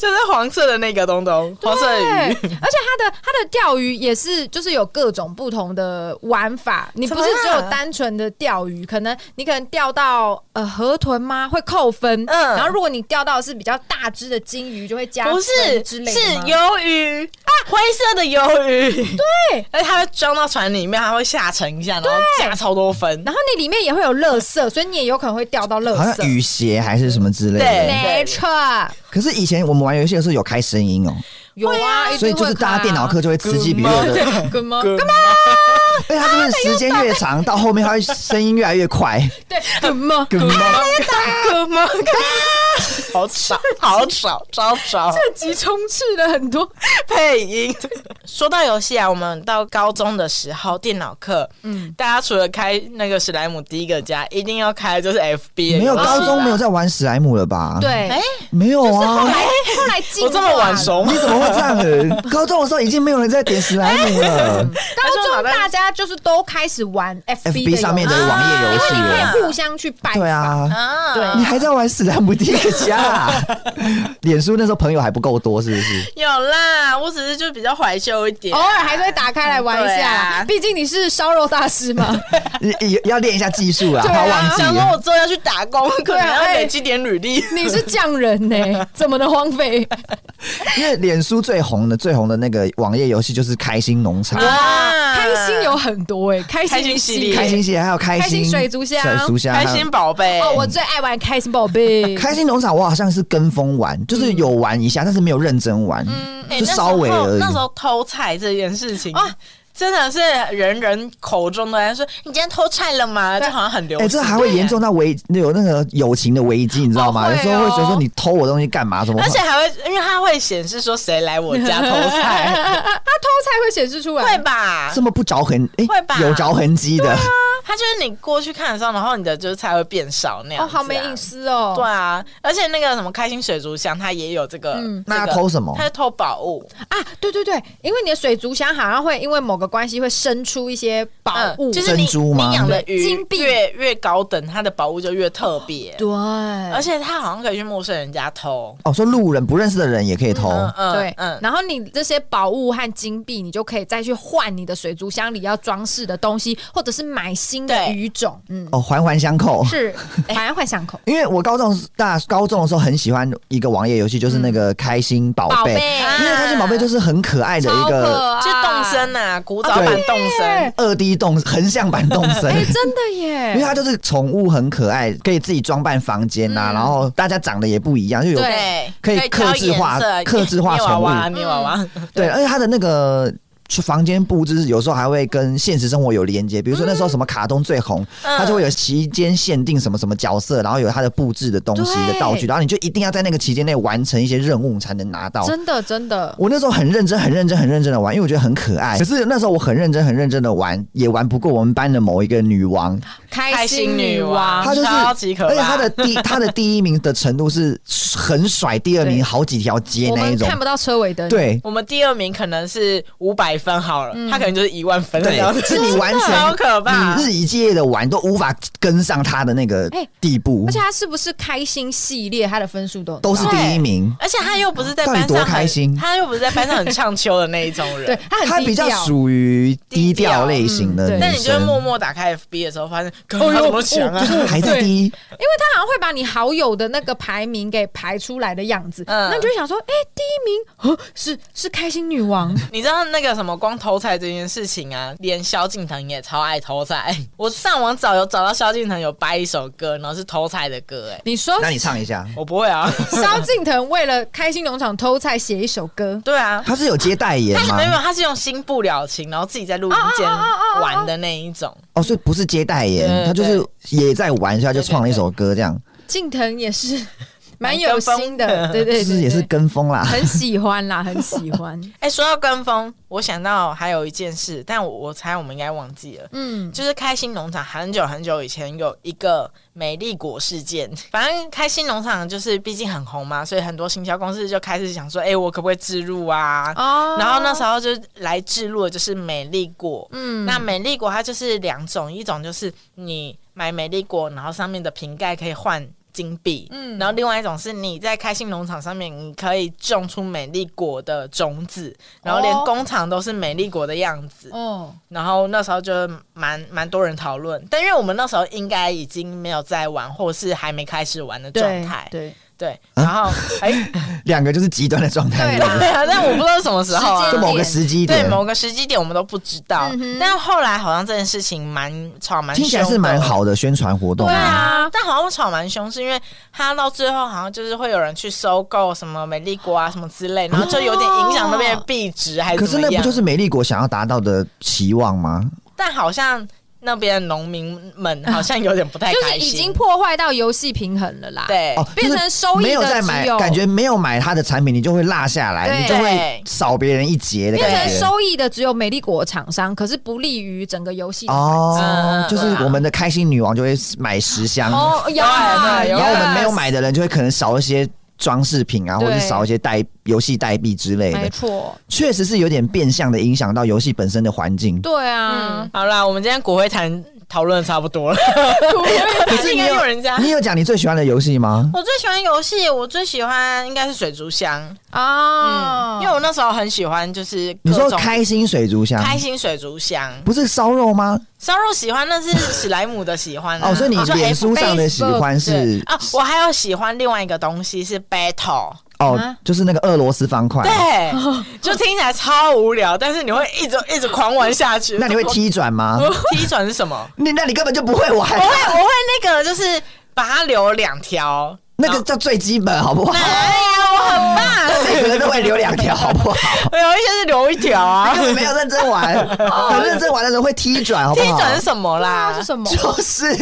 Speaker 1: 就是黄色的那个东东，黄色的
Speaker 2: 对，而
Speaker 1: 鱼
Speaker 2: 且。它的它的钓鱼也是，就是有各种不同的玩法。你不是只有单纯的钓鱼，可能你可能钓到呃河豚吗？会扣分。
Speaker 1: 嗯
Speaker 2: 然后如果你钓到的是比较大只的金鱼，就会加
Speaker 1: 不
Speaker 2: 分
Speaker 1: 是，
Speaker 2: 之
Speaker 1: 是
Speaker 2: 类的吗。
Speaker 1: 鱿鱼啊，灰色的鱿鱼。对，而且它会装到船里面，它会下沉一下，然后加超多分。
Speaker 2: 然后你里面也会有垃圾，所以你也有可能会钓到垃
Speaker 3: 好像
Speaker 2: 圾。
Speaker 3: 雨鞋还是什么之类
Speaker 1: 对
Speaker 3: 的。
Speaker 2: 没错，
Speaker 3: 可是以前我们玩游戏的时候有开声音哦，
Speaker 2: 有啊，
Speaker 3: 所以就是大家电脑 课就会此起彼落的，
Speaker 2: 干嘛？
Speaker 1: 干嘛？
Speaker 3: 因为它是不是时间越长，到后面它会声音越来越快？
Speaker 2: 对，干嘛？
Speaker 3: 干嘛
Speaker 1: 干嘛？好 吵，好吵，超吵。
Speaker 2: 这集充斥了很 多，
Speaker 1: 配音。 说到游戏啊，我们到高中的时候，电脑课，嗯，大家除了开那个史莱姆第一个家，一定要开就是 FB 的游戏
Speaker 3: 没有
Speaker 1: 啦
Speaker 3: 高中没有。在玩史莱姆了吧？，
Speaker 2: 对，
Speaker 1: 哎、
Speaker 3: 没有啊。
Speaker 2: 后来后来进
Speaker 1: 我这么晚
Speaker 2: 熟。
Speaker 1: 熟吗
Speaker 3: 你？怎么会这样的？高中的时候已经没有人在点史莱姆 了
Speaker 2: 高中大家就是都开始玩 FB 的游戏
Speaker 3: ，FB 上面的
Speaker 2: 啊
Speaker 3: 网页游戏
Speaker 1: 因为你
Speaker 3: 了。
Speaker 2: 会互相去拜访。
Speaker 3: 对啊，
Speaker 1: 啊，
Speaker 2: 对
Speaker 3: 你还在玩史莱姆第一个家、 啊？脸书那时候朋友还不够多，是不是？
Speaker 1: 有啦，我只是就比较怀旧一点，
Speaker 2: 偶尔还是会打开来玩一
Speaker 1: 对
Speaker 2: 下啦
Speaker 1: 啊，
Speaker 2: 毕竟你是烧肉大师嘛。
Speaker 3: 你你要练一下技术啊，
Speaker 2: 对啊
Speaker 3: 怕忘记
Speaker 1: 想说我之后要去打工，可能要
Speaker 2: 哎
Speaker 1: 累积点履历。
Speaker 2: 你是匠人呢、怎么能荒废？
Speaker 3: 因为脸书最红的最红的那个网页游戏就是开心农场。
Speaker 1: 啊
Speaker 2: 开心有很多哎、开
Speaker 1: 开
Speaker 2: 心
Speaker 1: 心
Speaker 2: 系
Speaker 1: 系列
Speaker 2: 列
Speaker 3: 开心系列还有开
Speaker 2: 开
Speaker 3: 心
Speaker 2: 心水族箱
Speaker 3: 水族箱
Speaker 1: 开心宝贝
Speaker 2: 哦，我最爱玩开心宝贝。
Speaker 3: 开心农场，我好像是跟风玩，就是有玩一下，但是没有认真玩，
Speaker 1: 哎
Speaker 3: 就
Speaker 1: 那时
Speaker 3: 稍
Speaker 1: 候
Speaker 3: 微而已
Speaker 1: 那时。候偷菜这件事情
Speaker 2: 啊
Speaker 1: 啊，真的是人人口中都在说你今天偷菜了吗？
Speaker 2: 对
Speaker 1: 这好像很流
Speaker 3: 哎、
Speaker 1: 行。
Speaker 3: 这还会严重到危有那个友情的危机，你知道吗？
Speaker 2: 哦会
Speaker 3: 有
Speaker 2: 哦
Speaker 3: 时候会觉得说你偷我东西干嘛？什么？
Speaker 1: 而且还会，因为它会显示说谁来我
Speaker 3: 啊
Speaker 1: 家偷 菜，
Speaker 2: 他偷菜会显示出来，
Speaker 1: 会吧
Speaker 3: 这？么不着痕，哎、
Speaker 1: 会吧
Speaker 3: 有着痕迹的，
Speaker 1: 它就是你过去看的时候，然后你的就是菜会变少那样、啊
Speaker 2: 哦，好没隐。私哦。
Speaker 1: 对啊，而且那个什么开心水族箱，它也有这个。
Speaker 2: 嗯
Speaker 3: 那
Speaker 1: 这
Speaker 3: 他
Speaker 1: 个
Speaker 3: 偷什么
Speaker 1: 它？是偷宝物，
Speaker 2: 啊，对对对，因为你的水族箱好像会因为某个关系会生出一些宝
Speaker 1: 嗯
Speaker 2: 物，
Speaker 1: 就是你
Speaker 3: 珍珠吗
Speaker 1: 你养的
Speaker 2: 对金
Speaker 1: 鱼
Speaker 2: 币
Speaker 1: 越越高等，它的宝物就越特别。
Speaker 2: 对，
Speaker 1: 而且它好像可以去陌生人家偷。
Speaker 3: 哦，说路人不认识的人也可以偷，
Speaker 1: 嗯嗯
Speaker 2: 对，
Speaker 1: 嗯，
Speaker 2: 然后你这些宝物和金币，你就可以再去换你的水族箱里要装饰的东西，或者是买新的
Speaker 1: 对
Speaker 2: 鱼种。嗯，
Speaker 3: 哦，环环相扣。
Speaker 2: 是，反而换巷口
Speaker 3: 因为我高中大高中的时候很喜欢一个网页游戏，就是那个开心宝
Speaker 2: 宝
Speaker 3: 贝，
Speaker 2: 贝，
Speaker 1: 啊
Speaker 3: 因为开心宝贝就是很可爱的
Speaker 2: 超
Speaker 3: 一个
Speaker 2: 可爱，
Speaker 1: 就动身呐，古早版
Speaker 3: 啊对
Speaker 1: 动身，
Speaker 3: 二 D 动横向版动森。
Speaker 2: 哎，真的耶！
Speaker 3: 因为它就是宠物很可爱，可以自己装扮房间呐、
Speaker 2: 嗯
Speaker 3: 然后大家长得也不一样，就有
Speaker 2: 对
Speaker 3: 可以
Speaker 1: 挑
Speaker 3: 客制化
Speaker 1: 颜色
Speaker 3: 客制化
Speaker 1: 捏娃娃，
Speaker 3: 宠嗯
Speaker 1: 捏娃娃，
Speaker 3: 对，而且它的那个。房间布置有时候还会跟现实生活有连接，比如说那时候什么卡通最红，
Speaker 2: 嗯
Speaker 1: 嗯
Speaker 3: 它就会有期间限定什么什么角色，然后有它的布置的东西
Speaker 2: 对
Speaker 3: 的道具，然后你就一定要在那个期间内完成一些任务才能拿到。
Speaker 2: 真的真的，
Speaker 3: 我那时候很认真、很认真、很认真的玩，因为我觉得很可爱。可是那时候我很认真、很认真的玩，也玩不过我们班的某一个 女王，
Speaker 2: 开心女
Speaker 1: 啊
Speaker 2: 王
Speaker 3: 她就是
Speaker 1: 超级可怕
Speaker 3: 而且她的第她的第一名的程度是很甩第二
Speaker 2: 对
Speaker 3: 名好几条街
Speaker 2: 我
Speaker 3: 那一
Speaker 2: 们
Speaker 3: 种
Speaker 2: 看。不到车尾灯，
Speaker 3: 对，
Speaker 1: 我们第二名可能是五百分好了，他可能就是一万分那样
Speaker 3: 嗯对，
Speaker 1: 子
Speaker 3: 是，你完
Speaker 1: 超
Speaker 3: 全
Speaker 1: 可怕
Speaker 3: 你。日以继夜的玩都无法跟上他的那个
Speaker 2: 哎
Speaker 3: 地步，
Speaker 2: 而且他是不是开心系列，他的分数都很
Speaker 3: 都是
Speaker 2: 高
Speaker 3: 第一名。
Speaker 1: 而且他又不是在
Speaker 3: 到底
Speaker 1: 班
Speaker 3: 多
Speaker 1: 上很
Speaker 3: 开心
Speaker 1: 他又不是在班上很唱秋的那一种人，
Speaker 2: 对，他很
Speaker 3: 他比较
Speaker 2: 低调
Speaker 3: 属于低调类型的
Speaker 2: 低调嗯对哎
Speaker 3: 女生，
Speaker 1: 但你就会默默打开 FB 的时候，发
Speaker 3: 哎
Speaker 1: 现，可他怎么想啊？
Speaker 3: 还在第
Speaker 2: 因
Speaker 3: 一，
Speaker 2: 为他好像会把你好友的那个排名给排出来的样子，
Speaker 1: 嗯
Speaker 2: 那你就会想说，哎、第一名 哦，是是开心女王，
Speaker 1: 你知道那个什么光偷菜这件事情啊，连萧敬腾也超爱偷菜。 我上网找有找到萧敬腾有掰一首歌，然后是偷菜的歌、哎，
Speaker 2: 你说
Speaker 3: 那你唱一下。
Speaker 1: 我不会啊，
Speaker 2: 萧敬腾为了开心农场偷菜写一首歌，
Speaker 1: 对啊。
Speaker 3: 他是有接代言
Speaker 1: 他是
Speaker 3: 吗
Speaker 1: 没？有，他是用新不了情，然后自己在录音间玩的那一种。
Speaker 3: 哦，所以不是接代言，
Speaker 2: 嗯
Speaker 1: 对
Speaker 3: 他就是也在玩，所以他就创了一首歌，这样
Speaker 2: 敬腾也是 蛮有心的，
Speaker 1: 蛮跟风的
Speaker 2: 对对
Speaker 3: 就
Speaker 2: 对
Speaker 3: 是也是跟风啦
Speaker 2: 对。很喜欢啦，很喜 欢，
Speaker 1: 哎、说到跟风，我想到还有一件事，但我我猜我们应该忘记了。
Speaker 2: 嗯，
Speaker 1: 就是开心农场很久很久以前有一个美丽果事件，反正开心农场就是毕竟很红嘛，所以很多行销公司就开始想说，哎、我可不可以置入啊？
Speaker 2: 哦
Speaker 1: 然后那时候就来置入的就是美丽果，
Speaker 2: 嗯
Speaker 1: 那美丽果它就是两种，一种就是你买美丽果，然后上面的瓶盖可以换金币，
Speaker 2: 嗯
Speaker 1: 嗯，然后另外一种是你在开心农场上面，你可以种出美丽果的种子，然后连
Speaker 2: 哦
Speaker 1: 工厂都是美丽果的样子，
Speaker 2: 哦，
Speaker 1: 然后那时候就蛮蛮多人讨论，但因为我们那时候应该已经没有在玩，或是还没开始玩的状
Speaker 2: 对
Speaker 1: 态，
Speaker 2: 对，
Speaker 1: 对，
Speaker 3: 啊
Speaker 1: 然后 哎、
Speaker 3: 两个就是极端的状态，
Speaker 2: 对
Speaker 3: 是不是
Speaker 1: 对啊，但我不知道是什么时候啊
Speaker 2: 时
Speaker 3: 就
Speaker 2: 间，
Speaker 3: 某个时机
Speaker 1: 对
Speaker 3: 点，
Speaker 1: 某个时机点我们都不知道，
Speaker 2: 嗯哼
Speaker 1: 但后来好像这件事情蛮吵蛮
Speaker 3: 听起来
Speaker 1: 凶
Speaker 3: 是
Speaker 1: 的
Speaker 3: 蛮好的宣传活动
Speaker 2: 对
Speaker 3: 啊。
Speaker 2: 啊，
Speaker 1: 但好像吵蛮凶，是因为他到最后好像就是会有人去收购什么美丽国啊什么之类，然后就有点影响那边的币值还
Speaker 2: 啊
Speaker 3: 可
Speaker 1: 是
Speaker 3: 是
Speaker 1: 怎
Speaker 2: 哎
Speaker 1: 么
Speaker 3: 那
Speaker 1: 样。
Speaker 3: 不就是美丽国想要达到的期望吗？
Speaker 1: 但好像那边的农民们好像有点不太
Speaker 2: 就是
Speaker 1: 开心，
Speaker 2: 已经破坏到游戏平衡了啦，，
Speaker 1: 对。
Speaker 3: 哦，
Speaker 2: 变成收益的
Speaker 3: 没有在
Speaker 2: 只
Speaker 3: 买
Speaker 2: 有，
Speaker 3: 感觉没有买他的产品，你就会落下来，
Speaker 2: 对
Speaker 3: 你就会少别人一截的
Speaker 2: 变成
Speaker 3: 感觉。
Speaker 2: 收益的只有美丽果厂商，可是不利于整个游戏的
Speaker 3: 哦
Speaker 1: 嗯，嗯
Speaker 3: 就是我们的开心女王就会买十箱，
Speaker 2: 哦，有啊，
Speaker 1: 对对
Speaker 2: 有
Speaker 3: 然后我们
Speaker 2: 啊
Speaker 3: 没有买的人就会可能少一些装饰品啊，
Speaker 2: 对
Speaker 3: 或者少一些代游戏代币之类
Speaker 2: 没
Speaker 3: 的，
Speaker 2: 错，
Speaker 3: 确实是有点变相的影响到游戏本身的环境。
Speaker 2: 对啊
Speaker 1: 嗯，，好啦，我们今天国会谈讨论的差不多了，
Speaker 2: 嗯
Speaker 1: 可是应该有人家。
Speaker 3: 你有讲你最喜欢的游戏吗？
Speaker 1: 我最喜欢游戏，我最喜欢应该是水族箱，
Speaker 2: 啊，
Speaker 1: 因为我那时候很喜欢，就是
Speaker 3: 你
Speaker 1: 各
Speaker 3: 说
Speaker 1: 种
Speaker 3: 开心水族箱，
Speaker 1: 开心水族箱，
Speaker 3: 不是烧肉吗？
Speaker 1: 烧肉喜欢那是史莱姆的喜欢、啊、
Speaker 3: 哦，所以你
Speaker 1: 我说
Speaker 3: 脸
Speaker 1: F-
Speaker 3: 书上的喜欢是
Speaker 1: 对 啊，我还有喜欢另外一个东西是 battle，
Speaker 3: 哦
Speaker 2: 啊，
Speaker 3: 就是那个俄罗斯方块。
Speaker 1: 对， 就听起来超无聊，但是你会一直一直狂玩下去。
Speaker 3: 那你会踢转吗？ 哎
Speaker 1: 踢转是什么？
Speaker 3: 你那你根本就不会玩
Speaker 1: 我，会我会那个就是把它留两条，
Speaker 3: 那个叫最基本，好不好？
Speaker 1: 哎呀，我很棒，
Speaker 3: 每个人都会留两条，好 不好？
Speaker 1: 有一些是留一条啊。
Speaker 3: 根本没有认真玩，有认真玩的人会踢转，好不
Speaker 1: 哦
Speaker 3: 啊
Speaker 1: 踢
Speaker 3: 好？
Speaker 1: 转是什么啦
Speaker 2: 那？啊是什 么？
Speaker 3: 就是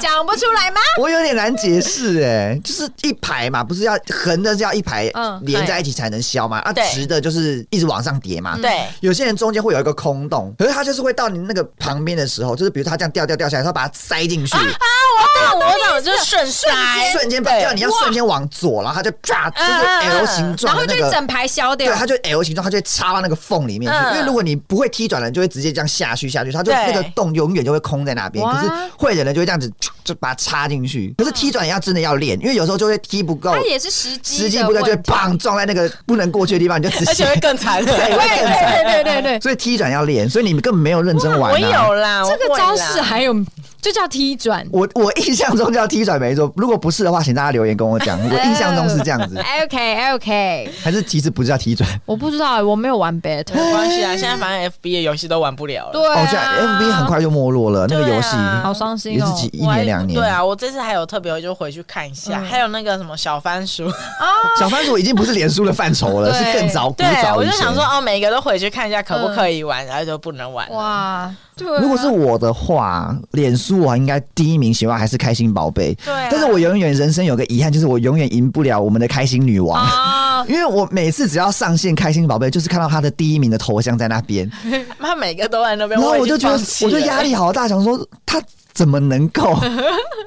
Speaker 2: 讲不出来吗？
Speaker 3: 我有点难解释哎、就是一排嘛，不是要横的是要一排
Speaker 2: 嗯
Speaker 3: 连在一起才能消嘛，啊
Speaker 1: 对
Speaker 3: 直的就是一直往上叠嘛。
Speaker 1: 对
Speaker 3: 有些人中间会有一个空洞，可是他就是会到你那个旁边的时候，就是比如他这样掉掉掉下来，他把它塞进去，
Speaker 2: 哦
Speaker 1: 啊，我懂，就是顺塞，
Speaker 3: 瞬间把
Speaker 1: 对
Speaker 3: 掉，你要瞬间往左，然后他就啪， 就
Speaker 1: 嗯嗯
Speaker 3: 是
Speaker 1: 嗯
Speaker 3: L 形
Speaker 2: 然
Speaker 3: 状
Speaker 2: 后
Speaker 3: 的
Speaker 2: 就
Speaker 3: 那个。
Speaker 2: 整排消
Speaker 3: 对，
Speaker 2: 掉，
Speaker 3: 它就 L 形状，它就会插到那个缝里面去。
Speaker 1: 啊嗯
Speaker 3: 因为如果你不会踢转的人，就会直接这样下去下去，它就那
Speaker 1: 对
Speaker 3: 个洞永远就会空在那边。
Speaker 2: 哇
Speaker 3: 可是会的人就会这样子，就把它插进去。可是踢转也要真的要练，因为有时候就会踢不够
Speaker 2: 它，也是时机，
Speaker 3: 时机不对，就会砰。撞在那个不能过去的地方，你就直
Speaker 1: 而且
Speaker 3: 接
Speaker 1: 会。更惨。
Speaker 3: 对
Speaker 2: 对对对对对对，
Speaker 3: 所以踢转要练，所以你们根本没有认真玩、啊。
Speaker 1: 我有啦，
Speaker 2: 这个
Speaker 1: 我会
Speaker 2: 招
Speaker 1: 啦
Speaker 2: 式啊还有就叫踢 转。
Speaker 3: 我我印象中叫踢转没错，如果不是的话，请大家留言跟我 讲。我印象中是这样子，
Speaker 2: OK OK，
Speaker 3: 还是其实不是叫踢转？
Speaker 2: 我不知道，我没有玩 battle。
Speaker 1: 没关系啊，现在反正 FB 的游戏都玩不了了。
Speaker 2: 对啊，
Speaker 3: 哦，这样 FB 很快就没落了，那个
Speaker 1: 对啊
Speaker 3: 游戏
Speaker 2: 好伤心
Speaker 3: 也是
Speaker 2: 哦
Speaker 3: 几。一
Speaker 1: 我还
Speaker 3: 年两年。嗯
Speaker 1: 对，啊，我这次还有特别就回去看一下，还有那个什么小番 薯，
Speaker 3: 小番薯已经不是脸书的范畴了，
Speaker 2: 对
Speaker 3: 是更早古
Speaker 1: 对
Speaker 3: 早
Speaker 1: 我
Speaker 3: 以
Speaker 1: 就
Speaker 3: 前嗯
Speaker 1: 想说哦，每个都回去看一下可不可以玩，然后就不能玩了。
Speaker 2: 哇，对啊，
Speaker 3: 如果是我的话，脸书我应该第一名喜欢还是开心宝贝。
Speaker 1: 对啊
Speaker 3: 但是我永远人生有个遗憾，就是我永远赢不了我们的开心女王。
Speaker 2: 啊，
Speaker 3: 因为我每次只要上线开心宝贝，就是看到她的第一名的头像在那边，
Speaker 1: 他每个都在那边，
Speaker 3: 然后我
Speaker 1: 已
Speaker 3: 就
Speaker 1: 经
Speaker 3: 觉得
Speaker 1: 放弃
Speaker 3: 我
Speaker 1: 了
Speaker 3: 就压力好大，想说她怎么能够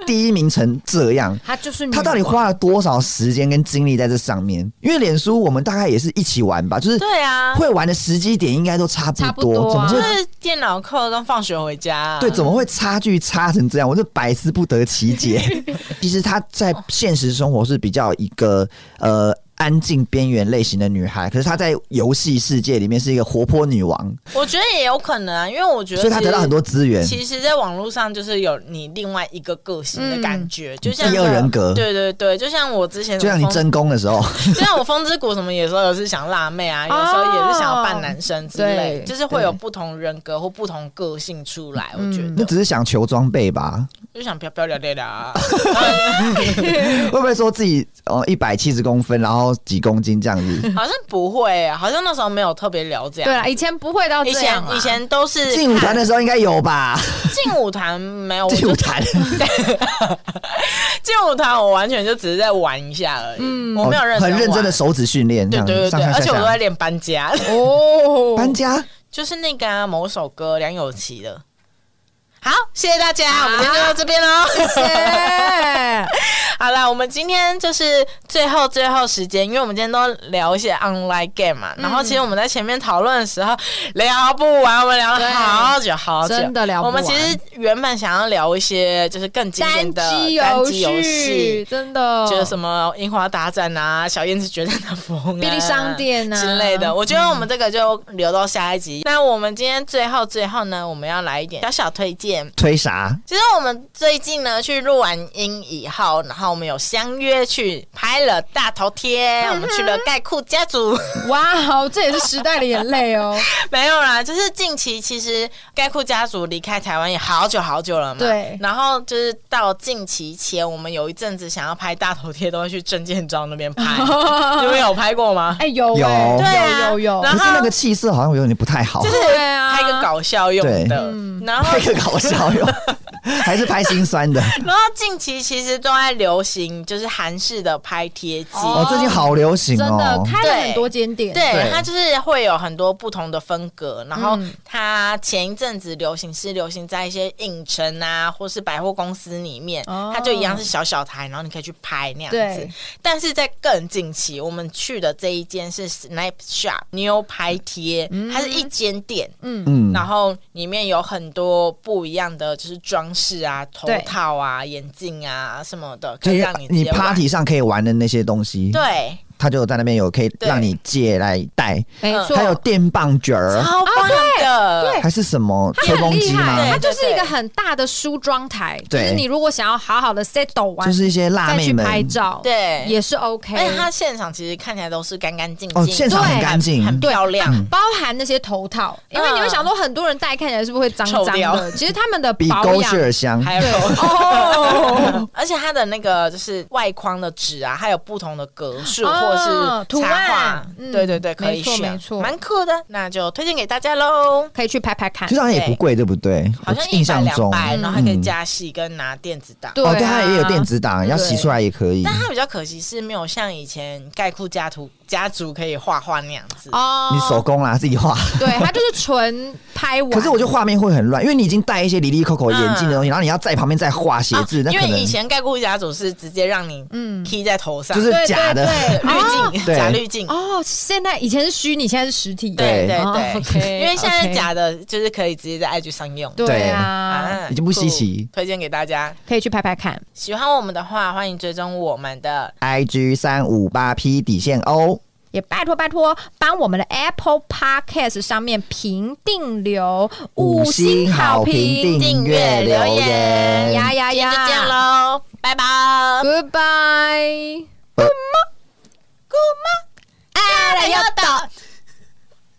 Speaker 3: 第一名成 这样？
Speaker 2: 他
Speaker 1: 嗯
Speaker 2: 就是
Speaker 3: 他到底花了多少时间跟精力在这上面？因为脸书我们大概也是一起玩吧，就是
Speaker 1: 对啊，
Speaker 3: 会玩的时机点应该都差不
Speaker 2: 差不
Speaker 3: 多，
Speaker 2: 多啊
Speaker 3: 怎么
Speaker 1: 就
Speaker 3: 会
Speaker 1: 是电脑课跟放学回家、啊，
Speaker 3: 对，怎么会差距差成这样？我是百思不得其 解。其实她在现实生活是比较一个呃安静边缘类型的女孩，可是她在游戏世界里面是一个活泼女王，
Speaker 1: 我觉得也有可能啊，因为我觉得
Speaker 3: 所以她得到很多资源。
Speaker 1: 其实，在网络上就是有你另外一个个性的感觉，就像
Speaker 3: 嗯第二人格
Speaker 1: 对对对，就像我之前
Speaker 3: 就像你
Speaker 1: 风
Speaker 3: 真功的时候，
Speaker 1: 就像我风之谷什么，有时候也是想辣妹啊，有时候也是想
Speaker 3: 哦
Speaker 1: 要扮男生之类
Speaker 2: 哦对
Speaker 1: 的，就是会有不同人格或不同个性出来。我觉
Speaker 3: 那
Speaker 1: 得
Speaker 3: 只是想求装备吧？
Speaker 1: 就想飘飘聊聊聊啊，
Speaker 3: 会不会说自己哦一百七十公分，然后几公斤这 样子？
Speaker 1: 好像不会，好像那时候没有特别聊这
Speaker 2: 对
Speaker 3: 啊
Speaker 1: 样。
Speaker 2: 啦，以前不会到这
Speaker 1: 以
Speaker 2: 样啊
Speaker 1: 前
Speaker 2: 啦
Speaker 1: 以前都是
Speaker 3: 进舞台的时候应该有吧？
Speaker 1: 进舞团没有，我
Speaker 3: 进
Speaker 1: 就
Speaker 3: 舞台
Speaker 1: 进舞团我完全就只是在玩一下而已，我没有认
Speaker 3: 哦
Speaker 1: 真
Speaker 3: 很认真的
Speaker 1: 玩。
Speaker 3: 手指训练，
Speaker 1: 对
Speaker 3: 这样
Speaker 1: 对对
Speaker 3: 上
Speaker 1: 对，
Speaker 3: 上下
Speaker 1: 而且我都在
Speaker 3: 下。
Speaker 1: 练搬家，
Speaker 2: 哦，
Speaker 3: 搬家
Speaker 1: 就是那个啊某首歌梁咏琪的。好，谢谢大家，我们今天就到这边喽。
Speaker 2: 耶
Speaker 1: 好啦，我们今天就是最后最后时间，因为我们今天都聊一些 online game 嘛，
Speaker 2: 嗯
Speaker 1: 然后其实我们在前面讨论的时候聊不完，我们聊了好久好久，
Speaker 2: 真的聊不
Speaker 1: 我
Speaker 2: 完
Speaker 1: 们其实原本想要聊一些就是更经典的
Speaker 2: 单机
Speaker 1: 单
Speaker 2: 游
Speaker 1: 机游
Speaker 2: 戏
Speaker 1: 戏。
Speaker 2: 真的
Speaker 1: 就是什么樱花打展啊，小燕子决战的风、啊，
Speaker 2: 便利商店啊嗯
Speaker 1: 之类的。我觉得我们这个就留到下一集。那我们今天最后最后呢，我们要来一点小小推荐。
Speaker 3: 推啥？
Speaker 1: 其实我们最近呢去录完音以后，然后我们有相约去拍了大头贴，我们去了盖库家族。
Speaker 2: 哇哦，这也是时代的眼 泪哦。
Speaker 1: 没有啦，就是近期其实盖库家族离开台湾也好久好久了嘛。
Speaker 2: 对
Speaker 1: 然后就是到近期前，我们有一阵子想要拍大头贴，都会去证件照那边拍。你们有拍过吗？
Speaker 2: 哎有
Speaker 3: 有
Speaker 2: 哎
Speaker 1: 对啊
Speaker 2: 有有有
Speaker 1: 然
Speaker 3: 可
Speaker 1: 后
Speaker 3: 是那个气色好像有点不太好
Speaker 1: 就，是
Speaker 2: 对啊
Speaker 1: 拍个搞笑用的。然后
Speaker 3: 拍个搞笑 哟，还是拍心酸的。
Speaker 1: 然后近期其实都在流行，就是韩式的拍贴机。
Speaker 3: 哦，最近好流行
Speaker 2: 真的
Speaker 3: 哦。
Speaker 2: 开了很多间店，
Speaker 1: 对
Speaker 3: 对，
Speaker 1: 它就是会有很多不同的风格，然后
Speaker 2: 嗯
Speaker 1: 它前一阵子流行是流行在一些影城啊，或是百货公司里面，
Speaker 2: 哦
Speaker 1: 它就一样是小小台，然后你可以去拍那样子
Speaker 2: 对。
Speaker 1: 但是在更近期，我们去的这一间是 Snap Shop 牛排贴，
Speaker 2: 嗯
Speaker 1: 它是一间店，
Speaker 3: 嗯，
Speaker 1: 然后里面有很多不一样的就是装饰啊、头
Speaker 2: 对
Speaker 1: 套啊、眼镜啊什么的，可
Speaker 3: 就
Speaker 1: 以
Speaker 3: 是
Speaker 1: 让你
Speaker 3: 你
Speaker 1: 直接玩
Speaker 3: party 上可以玩的那些东西，
Speaker 1: 对，
Speaker 3: 他就有在那边有可以让你借来带，
Speaker 2: 没错，
Speaker 1: 嗯
Speaker 3: 还有电棒卷儿，
Speaker 1: 超欸棒的，
Speaker 2: 啊对
Speaker 3: 还是什么
Speaker 2: 它
Speaker 3: 吹
Speaker 2: 很
Speaker 3: 风
Speaker 2: 厉
Speaker 3: 机吗？
Speaker 2: 害，它
Speaker 1: 对
Speaker 2: 就是一个很大的梳妆台，就
Speaker 3: 对
Speaker 2: 是你如果想要好好的 settle 完，
Speaker 3: 就是一些辣
Speaker 2: 再
Speaker 3: 妹
Speaker 2: 去
Speaker 3: 们，
Speaker 2: 拍照，
Speaker 1: 对
Speaker 2: 也是 OK。
Speaker 1: 而且它现场其实看起来都是干干净净，
Speaker 3: 哦现场
Speaker 2: 很
Speaker 1: 对
Speaker 3: 干净
Speaker 1: 很漂亮。
Speaker 3: 嗯
Speaker 2: 包含那些头套，因为你会想说很多人戴看起来是不是会脏
Speaker 1: 嗯臭
Speaker 2: 脏
Speaker 1: 掉
Speaker 2: 的？其实他们的
Speaker 3: 比
Speaker 2: 保
Speaker 3: 勾
Speaker 2: 养
Speaker 3: 血儿 香。
Speaker 1: 还有，
Speaker 2: 哦，
Speaker 1: 而且它的那个就是外框的纸啊，还有不同的格数、
Speaker 2: 哦
Speaker 1: 或
Speaker 2: 图
Speaker 1: 是插画
Speaker 2: 案，嗯
Speaker 1: 对对对，可以
Speaker 2: 没错
Speaker 1: 选，
Speaker 2: 没错
Speaker 1: 蛮酷的。那就推荐给大家喽。
Speaker 2: 可以去拍拍看
Speaker 3: 其实。好像也不贵，对不对？
Speaker 1: 好像
Speaker 3: 我
Speaker 1: 一
Speaker 3: 印
Speaker 1: 百
Speaker 3: 象
Speaker 1: 两
Speaker 3: 中，
Speaker 1: 百，
Speaker 3: 哦，
Speaker 1: 然后还可以加戏跟拿电子档。
Speaker 2: 对啊，
Speaker 3: 对，它也有电子档，要洗出来也可以
Speaker 1: 但。它比较可惜是没有像以前盖库家族家族可以画画那样子。
Speaker 2: 哦，
Speaker 3: 你手工啦，自己画。
Speaker 2: 对，它就是纯拍完。
Speaker 3: 可是我觉得画面会很乱，因为你已经戴一些离离扣扣眼镜的东西，然后你要在旁边再画写字，
Speaker 1: 啊
Speaker 3: 那
Speaker 1: 因
Speaker 3: 可
Speaker 1: 为
Speaker 3: 能
Speaker 1: 以前盖库家族是直接让你嗯披在头上，
Speaker 3: 就是
Speaker 2: 对
Speaker 3: 假的
Speaker 2: 对对
Speaker 1: 滤镜
Speaker 3: 对
Speaker 1: 假滤镜。
Speaker 2: 哦，现在以前是虚拟，现在是实体。
Speaker 1: 对对
Speaker 2: 哦
Speaker 1: 对
Speaker 2: OK，
Speaker 1: 因为现在
Speaker 2: OK
Speaker 1: 假的就是可以直接在 IG 上用，
Speaker 2: 对啊，
Speaker 1: 啊
Speaker 3: 已经不稀奇
Speaker 1: 酷推荐给大家。
Speaker 2: 可以去拍拍看。
Speaker 1: 喜欢我们的话，欢迎追踪我们的。
Speaker 3: IG 三五八 P 底线 O，
Speaker 2: 也拜托拜托，帮我们的 Apple Podcast 上面评定留
Speaker 3: 五星好评、订阅、留言，
Speaker 2: 哎呀呀
Speaker 1: 今天就
Speaker 2: 呀！
Speaker 1: 这样喽，拜拜。
Speaker 2: ，Goodbye。
Speaker 1: 哎，要到。